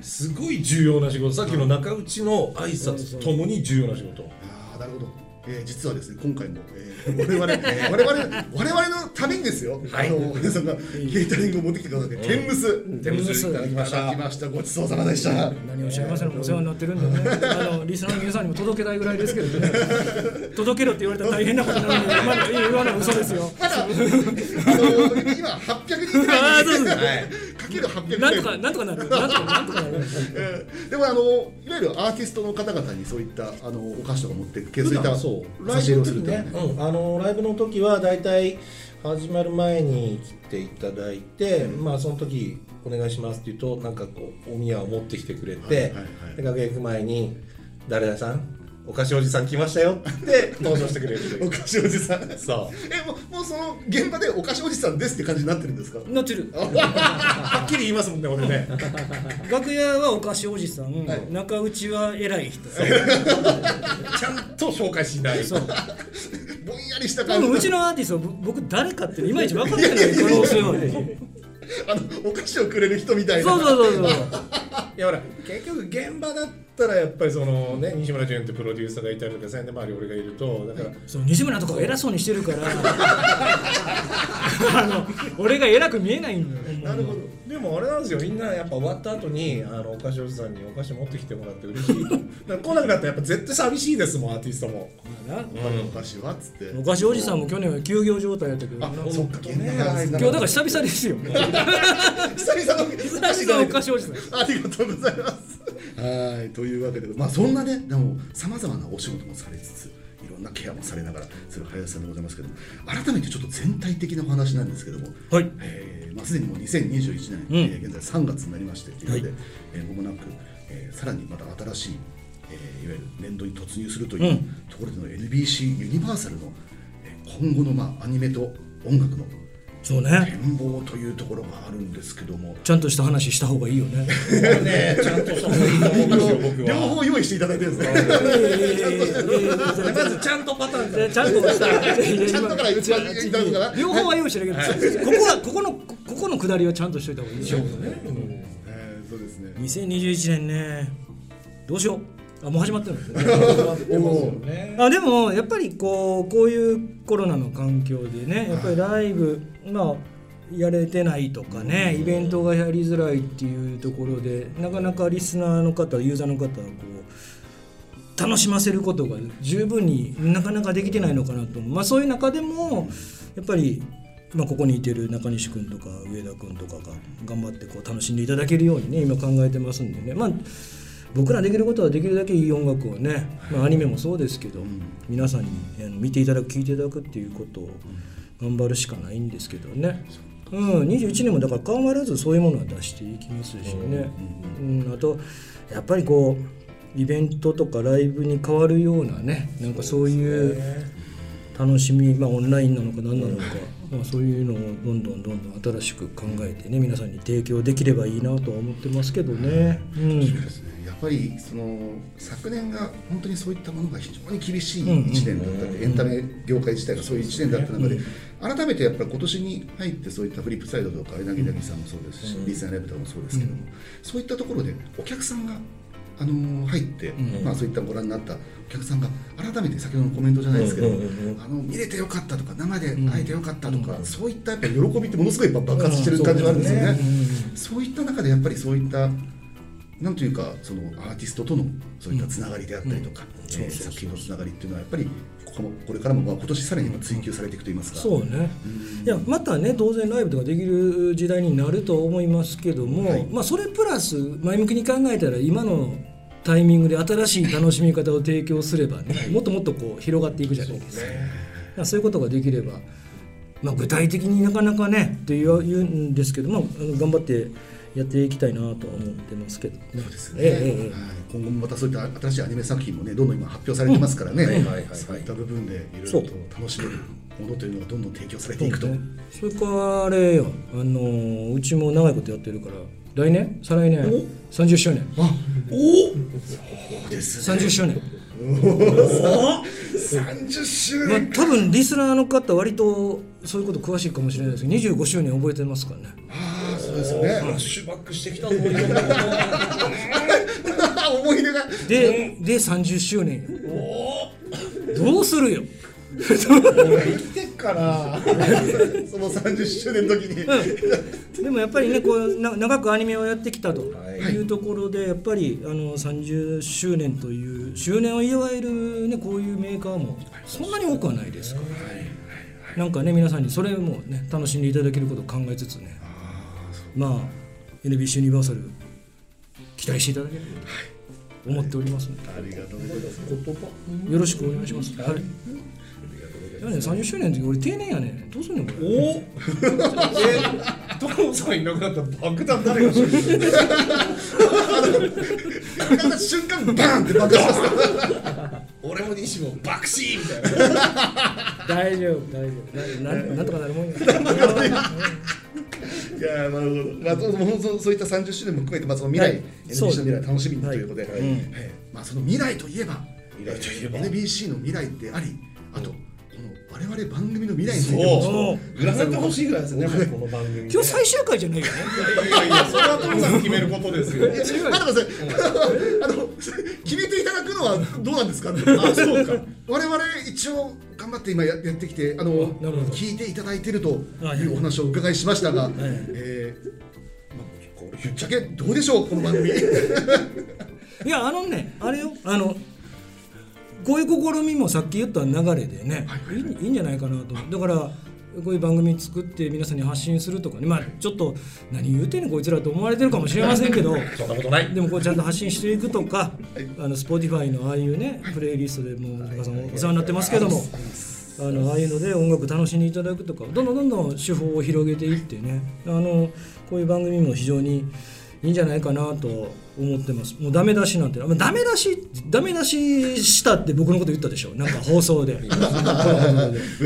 S2: すごい重要な仕事さっきの中内の挨拶とともに重要な仕事
S1: あーなるほど、えー実はですね今回も、えー、我々我々我々のためにですよ、あの皆さんがケータリングを持ってきてくださって天むす
S2: 天むすいただきました
S1: いただきましたごちそうさまでした。
S3: 何をおっしゃいますのかお世話になってるんでねあのリスナーの皆さんにも届けたいぐらいですけどね届けろって言われたら大変なことになるんで今の言わない嘘ですよ
S1: ただ、あの今800人ぐらいに、
S3: あーそう
S1: かける800人
S3: なんとかなんとかなるなんとかなんとかなる
S1: えーでもあのいわゆるアーティストの方々にそういったあのお菓子とか持って削った
S2: そう
S1: 差
S2: ライ
S1: し入
S2: ブ
S1: れをする
S2: の時
S1: っていう
S2: ね
S1: のは、ね
S2: うん、あのライブの時は大体始まる前に来ていただいて、まあその時お願いしますって言うとなんかこうお宮を持ってきてくれて、
S1: はいはいはい
S2: で楽屋行く前に「誰々さんお菓子おじさん来ましたよ」って登場してくれるとい
S1: お
S2: う
S1: 菓子おじさん。
S2: そ
S1: えもうもうその現場でお菓子おじさんですって感じになってるんですか。
S3: なってる
S2: うはっきり言いますもんね俺ね
S3: 楽屋はお菓子おじさん、中内は偉い人
S2: ちゃんと紹介しない
S3: そう
S1: ぼんやりした
S3: 多
S1: 感じ
S3: 分
S1: の。
S3: うちのアーティスト僕僕誰かっていまいち分かってない可能性はある
S1: あのお菓子をくれる人みたいな。
S3: そうそうそうそう
S2: いやほら結局現場だったらやっぱりそのね西村淳ってプロデューサーがいたりとか宣伝周り俺がいるとだから
S3: その西村とかが偉そうにしてるから あの俺が偉く見えないんだよ
S1: なるほど。
S2: でもあれなんですよみんなやっぱ終わった後にあのお菓子おじさんにお菓子持ってきてもらって嬉しいだから来なくなったらやっぱ絶対寂しいですもんアーティストも
S1: 他のお菓子はっつって。
S3: お菓子おじさんも去年は休業状態だったけど
S1: あ
S3: な
S1: そっか。
S2: 本当ね
S3: 今日だから久々ですよ
S1: 久々のお菓子
S3: 久々のお菓子おじさん
S1: ありがとうございます。はい、というわけで、まあ、そんなね、でも、さまざまなお仕事もされつつ。いろんなケアもされながら、する林さんでございますけども、改めてちょっと全体的なお話なんですけども。
S3: はい
S1: えーまあ、すでにもう2021年、
S3: うん
S1: えー現在3月になりまして、ということで、
S3: は
S1: えー、ももなく、えーさらにまた新しい。えーいわゆる年度に突入するという、
S3: うん
S1: ところでの NBC ユニバーサルの、えー今後の、まあ、アニメと音楽の
S3: そうね
S1: 展望というところがあるんですけども、
S3: ちゃんとした話した方がいいよね
S2: ねちゃんとした方がいいと思うんですよ僕
S1: 両
S2: は
S1: 方用意していただいてるんですか
S2: まずちゃんとパターンから
S3: ちゃんとした
S1: ちゃんとから言っていただくから
S3: 両方は用意してるけど、ここはここのこここのくだりはちゃんとしといた方がいいでしょ
S1: えーそうですね
S3: 2021年ねどうしようあもう始まってる
S2: 出
S3: の
S2: ますよね
S3: あでもやっぱりこうこういうコロナの環境でねやっぱりライブ、まあやれてないとかねイベントがやりづらいっていうところでなかなかリスナーの方ユーザーの方はこう楽しませることが十分になかなかできてないのかなと、まあ、そういう中でもやっぱり、まあ、ここにいてる中西君とか上田君とかが頑張ってこう楽しんでいただけるようにね今考えてますんでね、まあ、僕らできることはできるだけいい音楽をね、まあ、アニメもそうですけど、皆さんにあの見ていただく聴いていただくっていうことを頑張るしかないんですけどね。うん、21年もだから変わらずそういうものは出していきますしね、うん、あとやっぱりこうイベントとかライブに変わるようなねなんかそういう楽しみ、まあ、オンラインなのか何なのか、まあ、そういうのをどんどんどんどん新しく考えてね皆さんに提供できればいいなとは思ってますけどね。うん
S1: そうですねやっぱりその昨年が本当にそういったものが非常に厳しい1年だったってエンタメ業界自体がそういう1年だった中で改めてやっぱり今年に入ってそういったフリップサイドとか柳柳さんもそうですしリーサンライブとかもそうですけどもそういったところでお客さんがあのー入ってまあそういったご覧になったお客さんが改めて先ほどのコメントじゃないですけど
S2: うんうんうんうん
S1: あの見れてよかったとか生で会えてよかったとかそういったやっぱ喜びってものすごい爆発してる感じがあるんですよね。そういった中でやっぱりそういったなんというかそのアーティストとのそういったつながりであったりとか、えー作品のつながりっていうのはやっぱりこのこれからもまあ今年さらにまあ追求されていくといいますか、
S3: そうね、いやまたね当然ライブとかできる時代になると思いますけども、
S1: はい
S3: まあ、それプラス前向きに考えたら今のタイミングで新しい楽しみ方を提供すればねもっともっとこう広がっていくじゃないですか。だからそういうことができれば、まあ、具体的になかなかねって言う言うんですけど、まあ、あの頑張ってやっていきたいなとは思ってますけど、
S1: そうですね、
S3: えええ
S1: は
S3: え
S1: い、今後もまたそういった新しいアニメ作品もねどんどん今発表されてますからね、
S2: はいはいはいはい
S1: そういった部分でいろいろと楽しめるものというのがどんどん提供されていくと、
S3: ねそれからあれよあのーうちも長いことやってるから来年再来年30周年
S1: そうですね
S3: 30周年、
S1: 30周
S3: まあ
S1: 年、、
S3: 多分リスナーの方割とそういうこと詳しいかもしれないですけど25周年覚えてますからね
S1: ああそうですよね
S2: フラッシュバックしてきたぞ俺の
S1: 思い出が
S3: でで30周年どうするよ
S2: 俺生きてっから
S1: その30周年の時に、
S3: でもやっぱりねこうな長くアニメをやってきたと
S2: はい
S3: いうところでやっぱりあの30周年という周年を祝える、ね、こういうメーカーもそんなに多くはないですからなんかね皆さんにそれもね楽しんでいただけることを考えつつねまあ NBC ユニバーサル期待していただければと思っておりますので
S1: ありがとうございます
S2: 言葉
S3: よろしくお願いします。はい。いやね、30周年の時俺定年やねどうすんねんこれ
S2: おえ所さんいなくなったら爆弾誰が処理する
S1: 瞬間バーンって爆発します
S2: 俺も西も爆死みたいな
S3: 大丈夫大丈夫なななんとかなるもんや
S1: いやーなるほど、まあ、そうそうそうそういった30周年も含めて、まあ、その未来、
S3: はい
S1: NBC の未来楽しみにと
S3: はい
S1: いうことで、
S2: はい
S1: うんええまあ、その未来といえば
S2: 未来といえば
S1: NBC の未来でありあとこの我々番組の未来についてもちょっ
S2: そ
S3: そ
S2: 占
S3: う
S2: ってほしいぐらいですねもうこの番組
S3: 今日最終回じゃ ないよね
S2: いやいやそれは所さん決めることですよ
S1: といや待ってください あの決めていただくのはどうなんですか
S2: あそうか
S1: 我々一応頑張って今ややってきてあの
S3: なるほど
S1: 聞いていただいてると
S3: はい
S1: いうお話をお伺いしましたが、えーまあ、これぶっちゃけどうでしょうこの番組
S3: いやあのねあれよあのこういう試みもさっき言った流れでね、いいん、いいんじゃないかなとだからこういう番組作って皆さんに発信するとかねまあちょっと何言うてんねんこいつらと思われてるかもしれませんけど
S2: そんなことない
S3: でもこうちゃんと発信していくとか、あの Spotify のああいうね、プレイリストでもう、皆さんお世話になってますけども、あのああいうので音楽楽しんでいただくとか、どんどんどんどん手法を広げていってね、あのこういう番組も非常にいいんじゃないかなと思ってます。もうダメ出しなんて、まあダメ出し、ダメ出ししたって僕のこと言ったでしょ、なんか放送で。
S1: 上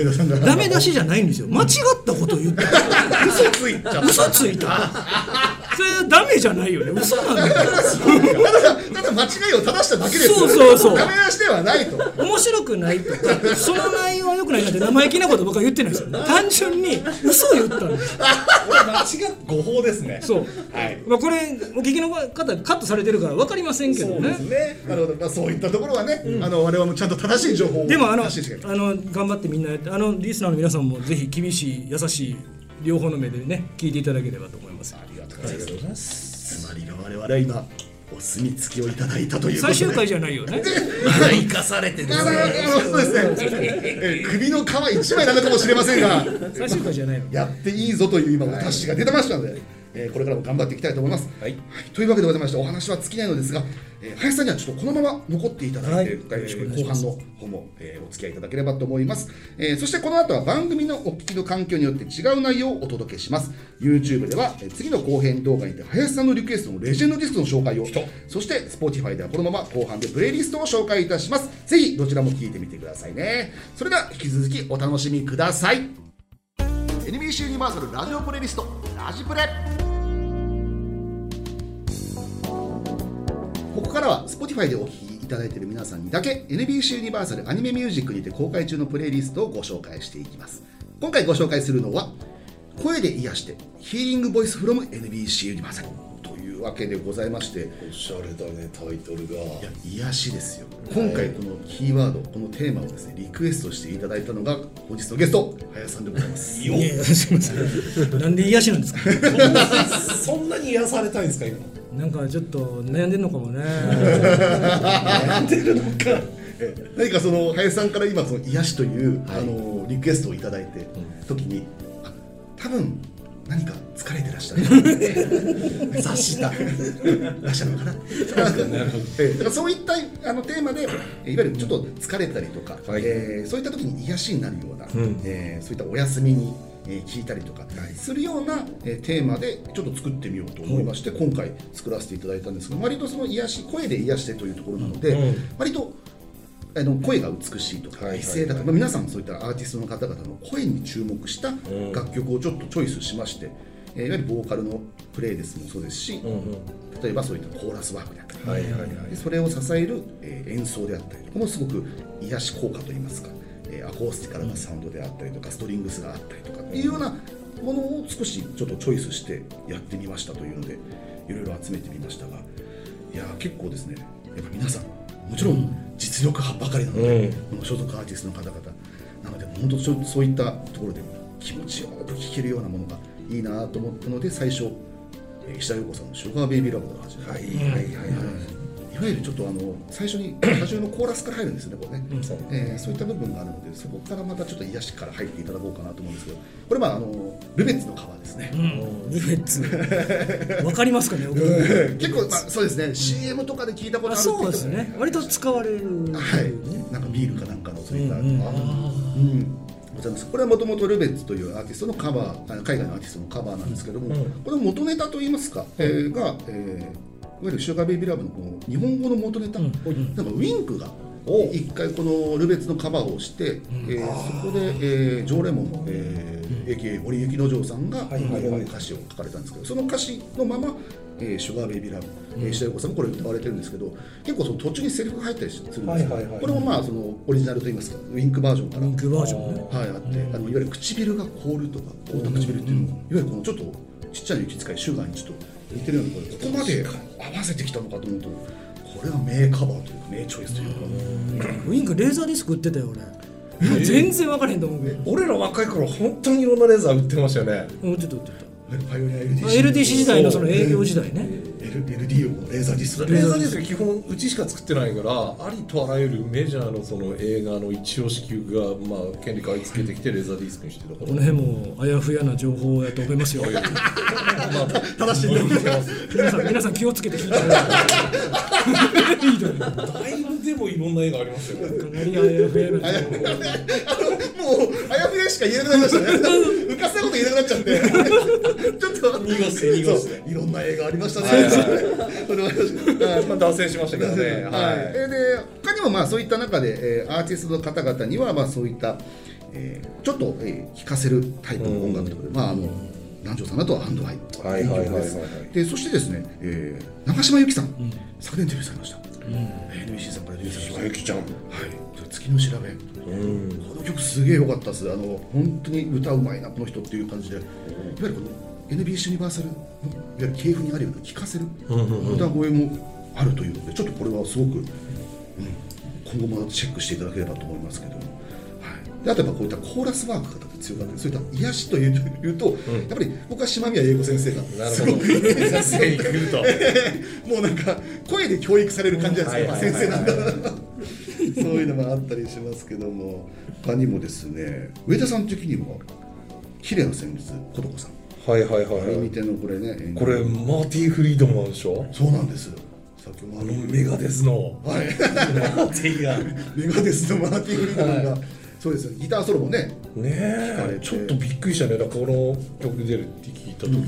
S1: 田さんが
S3: ダメ出しじゃないんですよ。間違ったこと言った。嘘ついた。嘘ついた。それダメじゃないよね。嘘なんだよ。
S1: ただただ間違いを正しただけですよ
S3: そうそうそう
S1: ダメ出しではないと
S3: 面白くないとかその内容は良くないなんて生意気なこと僕は言ってないですよ単純に嘘を言ったんです
S2: 俺間違っ誤報ですね
S3: そう、
S2: はい
S3: まあ、これお聞きの方カットされてるから分かりませんけどねで
S1: ねなるほど、まあ、そういったところはね、あの我々もちゃんと正しい情報を
S3: もあのあ
S1: 発信していかなきゃ
S3: の頑張ってみんなやってあのリスナーの皆さんもぜひ厳しい優しい両方の目でね聞いていただければと思います
S2: ありがとうございます
S1: つまりが我々は今お墨付きをいただいたということ
S3: 最
S1: で
S3: 終回じゃない よね
S4: 生かされてる
S1: あのあのそうですねえ首の皮一枚なのかもしれませんが
S3: 最終回じゃないの
S1: やっていいぞという今お達しが出てましたので、えーこれからも頑張っていきたいと思います、
S2: はい
S1: というわけでございましてお話は尽きないのですが、えー林さんにはちょっとこのまま残っていただいて、
S3: はい
S1: 外務
S3: お願
S1: 後
S3: いします
S1: 半の方も、えーお付き合いいただければと思います、えーそしてこの後は番組のお聞きの環境によって違う内容をお届けします YouTube では、えー次の後編動画にて林さんのリクエストのレジェンドディスクの紹介をそして Spotify ではこのまま後半でプレイリストを紹介いたしますぜひどちらも聞いてみてくださいねそれでは引き続きお楽しみください NBC ユニバーサルラジオプレイリストラジプレここからは Spotify でお聞きいただいている皆さんにだけ NBC ユニバーサルアニメミュージックにて公開中のプレイリストをご紹介していきます今回ご紹介するのは声で癒してヒーリングボイスフロム NBC ユニバーサルというわけでございまして
S4: おしゃれだねタイトルが
S1: いや癒しですよ今回このキーワードこのテーマをですねリクエストしていただいたのが本日のゲスト林さんでございます
S3: いやいやすいませんなんで癒しなんですか
S2: そんなに癒されたいんですか今
S3: なんかちょっと悩んでんのかもね
S1: 何かその林さんから今その癒しという、あのリクエストをいただいて、時にあ多分何か疲れてらっしゃる 察したらっしゃるのか なええだからそういったあのテーマでいわゆるちょっと疲れたりとか、
S2: はい
S1: えーそういった時に癒しになるような、えーそういったお休みに、えー聞いたりとかするような、えーテーマでちょっと作ってみようと思いまして、今回作らせていただいたんですが割とその癒し声で癒してというところなので、
S2: うん
S1: 割とあの声が美しいとか
S2: はいはいは
S1: 美
S2: い
S1: 声だとか、まあ皆さんそういったアーティストの方々の声に注目した
S2: ん
S1: 楽曲をちょっとチョイスしまして、えーいわゆるボーカルのプレイですもそうですし、例えばそういったコーラスワークであったり、
S2: はいはいはい
S1: でそれを支える、えー演奏であったりこのすごく癒し効果といいますか、えーアコースティカルなサウンドであったりとかストリングスがあったりとかっていうようなものを少しちょっとチョイスしてやってみましたというのでいろいろ集めてみましたがいやー結構ですねやっぱ皆さんもちろん実力派ばかりなので、
S2: うん
S1: この所属アーティストの方々なので本当そうそういったところで気持ちよく聴けるようなものがいいなと思ったので最初えー石田洋子さんの「シュガーベイビーラブ」から始めて、
S2: はいはいはいはい
S1: いわゆるちょっとあの最初に歌唱のコーラスから入るんですよね、これね、
S2: そう
S1: えーそういった部分があるので、そこからまたちょっと癒しから入っていただこうかなと思うんですけど、これ、まああのルベッツの川ですね、
S3: ルフェッツ わかりますかね僕
S1: 結構、まあ、そうですね、CM とかで聞いたことあるっ
S3: あ
S1: てい
S3: そうですね割と使われる
S1: はい、なんかビールかなんかのそういった、
S3: うんうん
S1: あーうんございますこれはもともとルベッツというアーティストのカバーあの海外のアーティストのカバーなんですけども、この元ネタといいますか、えーが、えーいわゆる「シュガーベイビーラブ」のこの日本語の元ネタ、なんかウィンクが
S2: お
S1: 一回このルベッツのカバーをして、えーそこで、えー、ジョーレモンの、えー AKA 堀幸之丞さんが
S2: いはいはい
S1: 日本語の歌詞を書かれたんですけどその歌詞のまま「えー、シュガーベイビーラブ」えー石田洋子さんもこれ歌われてるんですけど結構その途中にセリフが入ったりするんですよ、
S2: はいはいはい
S1: これもまあそのオリジナルといいますかウィンクバージョンから
S3: リンクバージョンね
S1: はい、あって、あのいわゆる唇が凍るとか凍った唇っていうのも、いわゆるこのちょっとちっちゃい雪使いシュガーにちょっと似てるようなこれここまで合わせてきたのかと思うとこれは名カバーというか名チョイスというか、
S3: ウィンクレーザーディスク売ってたよ俺もう全然分からへんと思うけど
S2: 俺ら若い頃本当にいろんなレーザー売ってましたよね
S3: うん売ってた売ってた
S1: パイオニア
S3: まあ LDC 時代のその営業
S1: 時
S3: 時代ね
S1: LDO のレーザーディスク
S2: レーザーディスク基本うちしか作ってないからありとあらゆるメジャーのその映画の一押し級がまあ権利買い付けてきてレーザーディスクにしてたか
S3: こ
S2: ら
S3: の辺もあやふやな情報やと思いますよ
S1: 正しいんだよ
S3: 皆さん皆さん気をつけて聞いてくださいいいだろか
S2: だいぶでもいろんな映画ありましたよね
S3: なりあやふやな情報
S1: もうあやふやしか言えなくなりましたね浮かせたこと言えなくなっちゃってちょっと
S2: 濁して濁して
S1: そういろんな映画ありましたね
S2: はいは
S1: それはありましたはい
S2: まあ脱線しましたけどね
S1: はい
S2: はい、
S1: えーで他にもまあそういった中で、えーアーティストの方々にはまあそういった、えーちょっと、えー聴かせるタイプの音楽とかで、まああの南條さんだとハンドアイとか
S2: はいはいはいはいはい
S1: でそしてですね、えー長島由紀さん、昨年デビューされました、NBC さんからデビューされました
S2: ゆきちゃん
S1: はい、月の調べ、この曲すげえ良かったですあの本当に歌うまいなこの人っていう感じで、いわゆるこの NBC ユニバーサルのいわゆる系譜にあるような聴かせる歌声もあるというのでちょっとこれはすごく、うん、今後もチェックしていただければと思いますけども、はい、であとやっぱこういったコーラスワークが強かったりそういった癒しといういうと、やっぱり僕は島宮英子先生が
S2: なる
S1: すご
S2: ほど
S1: く
S2: 先生に来ると
S1: もうなんか声で教育される感じじゃないですか、
S2: うん
S1: やっぱ先生なんだなそういうのもあったりしますけども他にもですね上田さん的にも綺麗な旋律琴子さん
S2: はいはい
S1: あ
S2: はい
S1: れ
S2: は
S1: 見
S2: い
S1: てのこれね演技
S2: これマーティン・フリードマンでしょ
S1: そうなんです先ほどあの
S2: メガデスの
S1: はい
S2: マーティンがね
S1: メガデスのマーティン・フリードマンが、そうですよギターソロもねかれ
S2: え
S1: て
S2: ちょっとびっくりしたねだからこの曲出るって聞いた時に、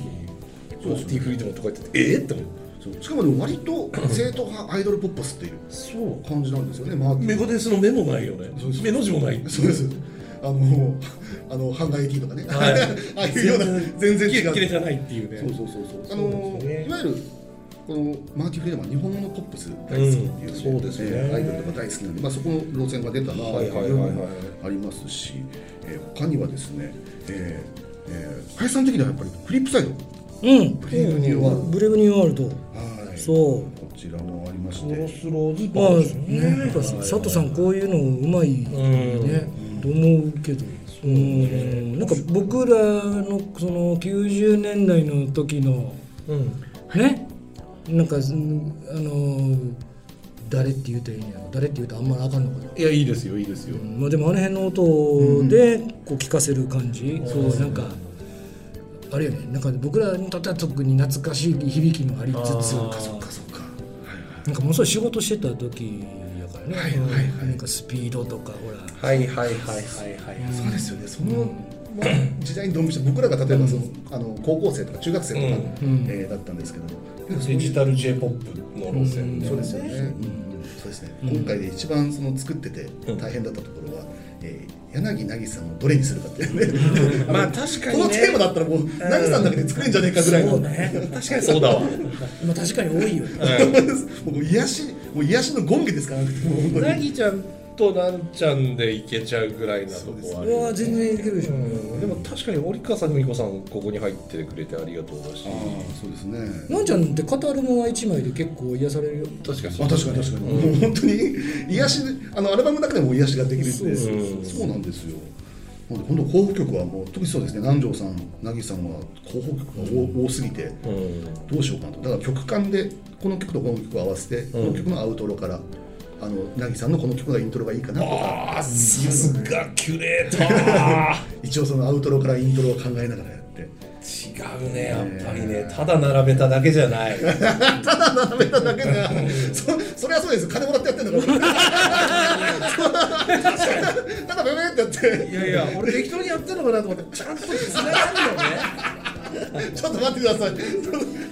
S2: マーティン・フリードマンとか言っててえっ、って思う
S1: そうしかもでも割と正統派アイドルポップスっていう
S2: そう
S1: 感じなんですよねマーティン
S2: メガデスの目もないよね
S1: そうそう
S2: 目の字もない
S1: そうですあのあの半外駅とかね、
S2: は い
S1: ああいうような全然
S2: キ
S1: 違
S2: レ
S1: う
S2: キレじゃないっていうね
S1: そうそうそうそう。あ
S2: そうなん
S1: の
S2: ですよね
S1: いわゆるこのマーティ・フリードマン日本のポップス大好きっていうね、
S2: うんそうですね
S1: えーアイドルとか大好きなんで、まあそこの路線が出たなって
S2: はいいうはいはい
S1: の
S2: はい
S1: もありますし、えー他にはですね、えーえー、林さん的にはやっぱりフリップサイド、
S3: うん
S1: ブレイブニューワールド
S3: ブレイブニューワールド
S1: はい
S3: そう
S1: こちらもありまし
S2: クロ
S1: て、
S2: スローズ
S3: まあ
S2: バージョン
S3: ねやっぱ佐藤さんこういうのうまいねと思うけどうんなんか僕らのその90年代の時の
S2: うん
S3: ねなんかうんあの誰って言うといいんやろ誰って言うとあんまりあかんのかない
S2: やいいですよいいですよ
S3: まあ、でもあの辺の音でこう聞かせる感じ、そうなんかあれよねなんか僕らにとっては特に懐かしい響きもありつつ
S2: あー
S1: そうかそうか。
S3: なんかものすごい仕事してた時やからね、
S1: はいはいはい
S3: なんかスピードとかほら
S2: はいはいはいはいはい
S1: そうですよね。その、まあ時代にドンピシャ僕らが例えばその、あの高校生とか中学生とか、
S3: うん
S1: えーだったんですけど、
S2: デジタル J−POP の路線
S1: そうですよね。そうですね。今回で一番その作ってて大変だったところは、えー柳渚さんをどれにするかっていうね。
S2: まあ確か
S1: こ
S2: にね
S1: のテーマだったらもう渚さんだけで作れんじゃねえかぐらいの。
S2: 確かにそうだ わ
S3: まあ確かに多いよね
S1: もう癒しもう癒しの権化ですからね。もう本当に
S2: なぎちゃんとなんちゃんでいけちゃうぐらいなとこあ
S3: う
S2: る
S3: わ全然いけるでしょ
S2: でも確かに折川さん美子さんここに入ってくれてありがとうだし
S1: ああそうですね。
S3: なんちゃんってカタールの一枚で結構癒されるよ
S2: 確かに
S1: あ確かに確かに、もう本当に癒しあのアルバムの中でも癒しができるんでそうなんですよなんで今度候補曲はもう特にそうですね南條さん凪さんは候補曲が多,、多すぎて
S2: うん
S1: どうしようかなとだから曲間でこの曲とこの曲を合わせて、この曲のアウトロからあの凪さんのこの曲がイントロがいいかなとか
S2: ああさすがキュレーター
S1: 一応そのアウトロからイントロを考えながらやって
S2: 違うねやっぱりねただ並べただけじゃない
S1: ただ並べただけでそそれはそうです金もらってやってんだからただベベってやって
S2: いやいや俺適当にやってるのかなと思ってちゃんとつながるよね
S1: ちょっと待ってください。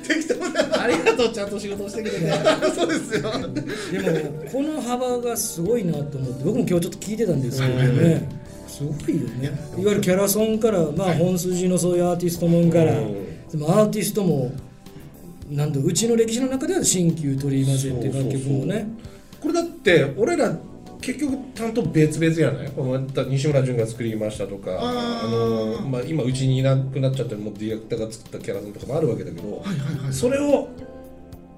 S1: 適当だ
S2: ありがとうちゃんと仕事してくれて
S1: な。そうですよ。
S3: でもこの幅がすごいなと思って僕も今日ちょっと聞いてたんですけどねすごいよねいわゆるキャラソンから、まあ、本筋のそういうアーティストもんから
S2: うん
S3: でもアーティストもなんだうちの歴史の中では新旧取り混ぜって楽曲もね
S2: これだって俺ら結局担当別々やないこの西村淳が作りましたとかあの、まあ、今うちにいなくなっちゃってもうディレクターが作ったキャラソンとかもあるわけだけど、それを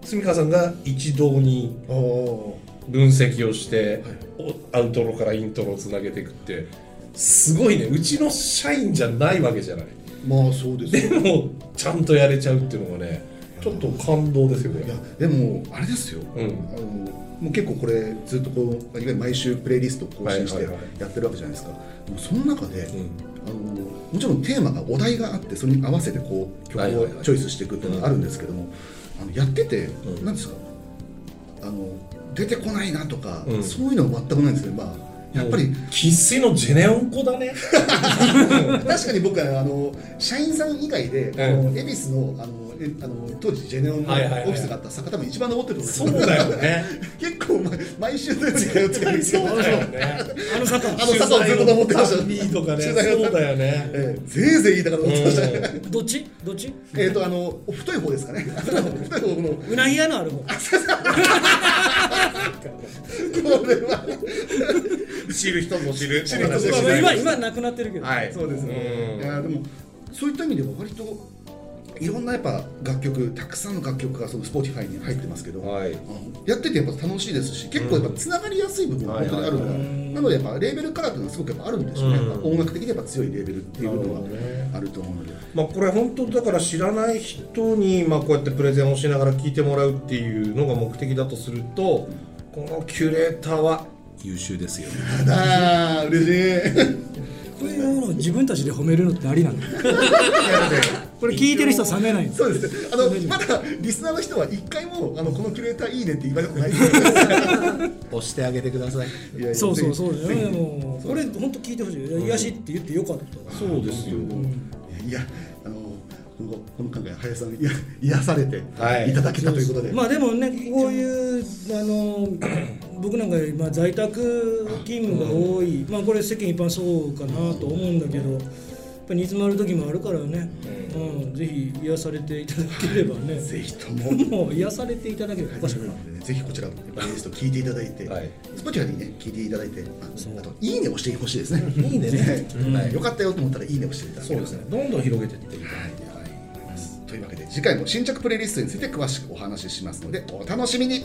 S2: 住川さんが一堂に
S1: おお
S2: 分析をして、おアウトロからイントロをつなげていくってすごいねうちの社員じゃないわけじゃない
S1: ー。まあそうです
S2: で
S1: よ。
S2: もちゃんとやれちゃうっていうのがねちょっと感動ですよこれ
S1: いやでもあれですよ。
S2: うん
S1: あのもう結構これずっとこういわゆる毎週プレイリストを更新して
S2: はいはいはい
S1: やってるわけじゃないですか。でもその中で、
S2: ん
S1: あのもちろんテーマがお題があってそれに合わせてこう曲
S2: はいはいは
S1: を
S2: い
S1: チョイスしていくっていうのがあるんですけども、あのやってて
S2: ん
S1: なんですか。あの出てこないなとか、
S2: うん
S1: そういうのは全くないんですね。まあやっぱり。
S2: 生粋のジェネオン子 だね
S1: 確かに僕はあの社員さん以外で、
S2: ん
S1: この恵比寿のあのえあの当時ジェネオンのオ
S2: はいはいはい
S1: フィスがあった坂田も一番登ってると
S2: そ
S1: 思
S2: う
S1: います
S2: だよね
S1: 結構毎毎週のように通ってたんですけど
S2: そうだよね。
S3: あの方
S1: あの坂をずっと登ってました
S2: ビーとかね。
S1: 取材の
S2: そうだよね。
S1: ええぜいぜい言いながら登ってましたね
S3: どっちどっち
S1: えっとあの太い方ですかね 太い方の
S3: うなぎ屋のある方
S1: これは
S2: 知る人ぞ知る。知
S1: る人ぞ知る
S3: まあ今今なくなってるけど、
S2: はい。
S1: そうですねい
S2: ん
S1: やでもそういった意味では割といろんなやっぱ楽曲たくさんの楽曲がその Spotify に入ってますけど、
S2: はい
S1: あのやっててやっぱ楽しいですし結構やっぱつながりやすい部分が本当にあるのが、なのでやっぱレーベルからというのはすごくやっぱあるんでしょうね、
S2: うん
S1: やっぱ音楽的にやっぱ強いレーベルっていう部
S2: なるほど
S1: 分
S2: ね
S1: はあると思うので、
S2: まあ、これ本当だから知らない人にまあこうやってプレゼンをしながら聞いてもらうっていうのが目的だとするとこのキュレーターは優秀ですよね。
S1: ただー嬉しい
S3: こういうものを自分たちで褒めるのってありなのこれ聞いてる人は冷めないんです
S1: そうですあのまだリスナーの人は一回もあのこのキュレーターいいねって言われたことない
S2: 押してあげてください。
S1: いやいや
S3: そうそう
S1: ぜ
S3: そうだよねもうこれ本当聞いてほしいいや癒しって言ってよかった
S2: そうですよ。
S1: ひいやあのこのこの考え林さんにいや癒されて
S2: はい
S1: いただけたということで、
S3: まあでもねこういうあの 僕なんかまあ在宅勤務が多いまあこれ世間一般そうかなと思うんだけどやっぱり煮詰まる時もあるからね、うん、ぜひ癒されていただければね
S1: ぜひとも
S3: もう癒されていただければおかしくない
S1: ぜひこちらのプレイリスト聞いていただいて、
S2: はい
S1: Spotify にね聞いていただいて、ああといいねをしてほしいですね。
S2: いいねね
S1: ぜひはいよかったよと思ったらいいねをしていただけ
S2: そう
S1: れば
S2: ですね。どんどん広げていっていただいて。
S1: はい思いますというわけで次回も新着プレイリストについて詳しくお話ししますのでお楽しみに。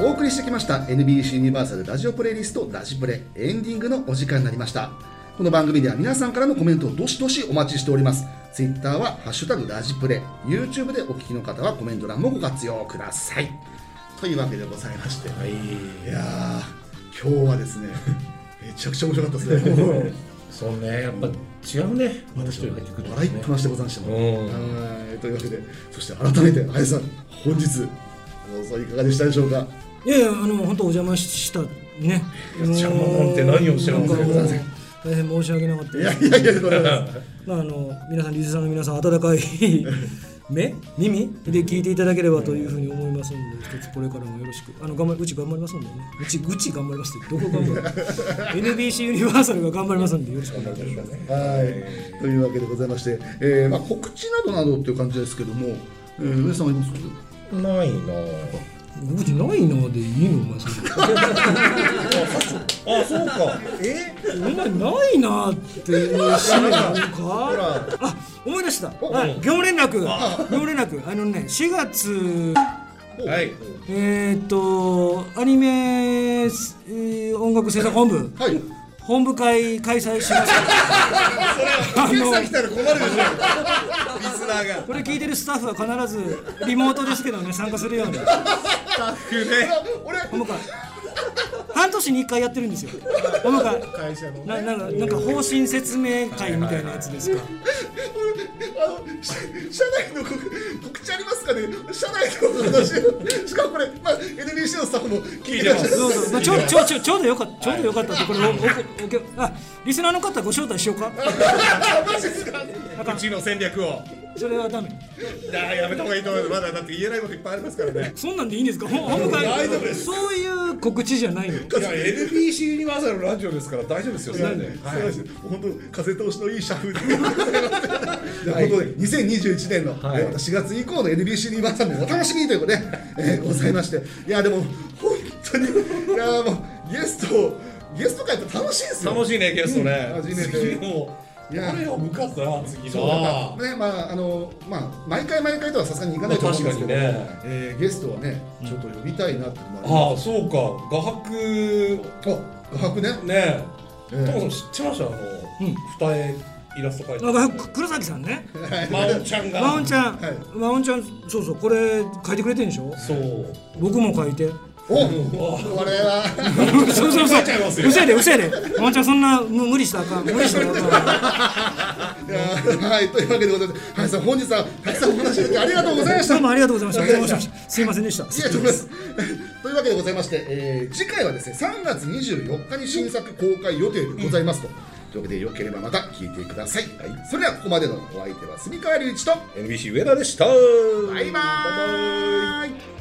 S1: お送りしてきました NBC ユニバーサルラジオプレイリストラジプレエンディングのお時間になりましたこの番組では皆さんからのコメントをどしどしお待ちしております Twitter は「ハッシュタグラジプレ」YouTube でお聞きの方はコメント欄もご活用くださいというわけでございまして、い、やー今日はですねめちゃくちゃ面白かったですね
S2: そうね。やっぱ違うね。私と入ってくるとね
S1: 笑いっぱなしでございましたもん
S2: うん
S1: はいというわけでそして改めて林さん本日放送いかがでしたでしょうか
S3: いやいやあの本当お邪魔したね
S2: や邪魔なんて何をしてるんですか
S3: なかもう大変申し訳なかった
S1: い
S3: です
S1: やいやいやとんでもないです
S3: まああの皆さんリスナーの皆さん温かい 目耳で聞いていただければというふうに思いますので一つこれからもよろしくあの頑張りうち頑張りますんでねうちうち頑張りますってどこ頑張る NBC ユニバーサルが頑張りますんでよろしくお願いします
S1: はい、というわけでございまして、えーまあ、告知などなどっていう感じですけども、えー、上さんはいます
S2: ないな
S3: うちないなでいいのお前そ
S2: あ。あ、 そうか。え？
S3: れ みんなないなっていう趣味なのかあ思い出したはい業務連絡業務連絡あのね4月
S2: はい。
S3: えーっとアニメ、えー音楽制作本部
S1: はい、
S3: 本部会開催しますあの
S2: たら困るでしょ。リスナーが。
S3: これ聞いてるスタッフは必ずリモートですけどね参加するように
S1: 俺
S3: 本部会半年に1回やってるんですよ本部会
S2: 会社の。
S3: ななんかなんか方針説明会みたいなやつですか
S1: あの社社内の告告知ありますかね社内の話しかもこれ、まあ、NBC のスタッフも聞いてらっしゃる
S3: そうそうまあちょちょちょちょうどよかったちょうどよかったってこれおおおけあリスナーの方ご招待しようか
S2: うちの戦略を。
S3: それはダメ
S2: だやめた方がいいと思います。まだだって言えないこといっぱいありますからね。
S3: そんなんでいいんですかほん本部会そういう告知じゃないの
S2: いや NBC ユニバーサルのラジオですから大丈夫ですよ。それではい。
S1: 素晴らしい本当風通しのいい社 風で。ということで、2021年の、
S2: はい
S1: えーまた4月以降の NBC に皆さんもお楽しみにということで、えーございまして、いやでも本当にいやーもうゲストをゲスト会って楽しいですよ。
S2: 楽しいねゲストね。
S1: うん初めて
S2: 次も
S1: いや
S2: これを向かったな次
S1: そうだ
S2: の。
S1: からねまああのまあ毎回毎回とはさすがにいかないと思うんですけど、
S2: まあ確か
S1: えーゲストはねちょっと呼びたいなっていうのもあります
S2: ああそうか。画伯
S1: あ、画伯ね。
S2: ね。
S1: え
S2: ト
S1: ー
S2: モさん知ってましたあの
S3: ん
S2: 二重イラスト描いて
S3: なんか黒崎さんね
S2: る。マオちゃんが。
S3: マオンちゃん、
S1: はい
S3: マオンちゃんそうそうこれ書いてくれてるんでしょ
S2: そう。
S3: 僕も書 いて
S1: お、これは。
S3: そうそうそう
S2: ちゃいますよ
S3: うせえでうせえでマオンちゃんそんなむ無理したらあかん無理したらあかん
S1: いやーはい、というわけでございます。はい、さん、本日はたくさんお話しいただきありがとうございました。
S3: どうもありがとうございました
S1: ありがとうございまし
S3: すいませんでした
S1: いや、とうございます。 というわけでございまして、えー次回はですね、3月24日に新作公開予定でございますと。というわけで、よければまた聞いてください。はい、それでは、ここまでのお相手は、住川隆一と、
S2: NBC 上田でした。
S1: バイバーイ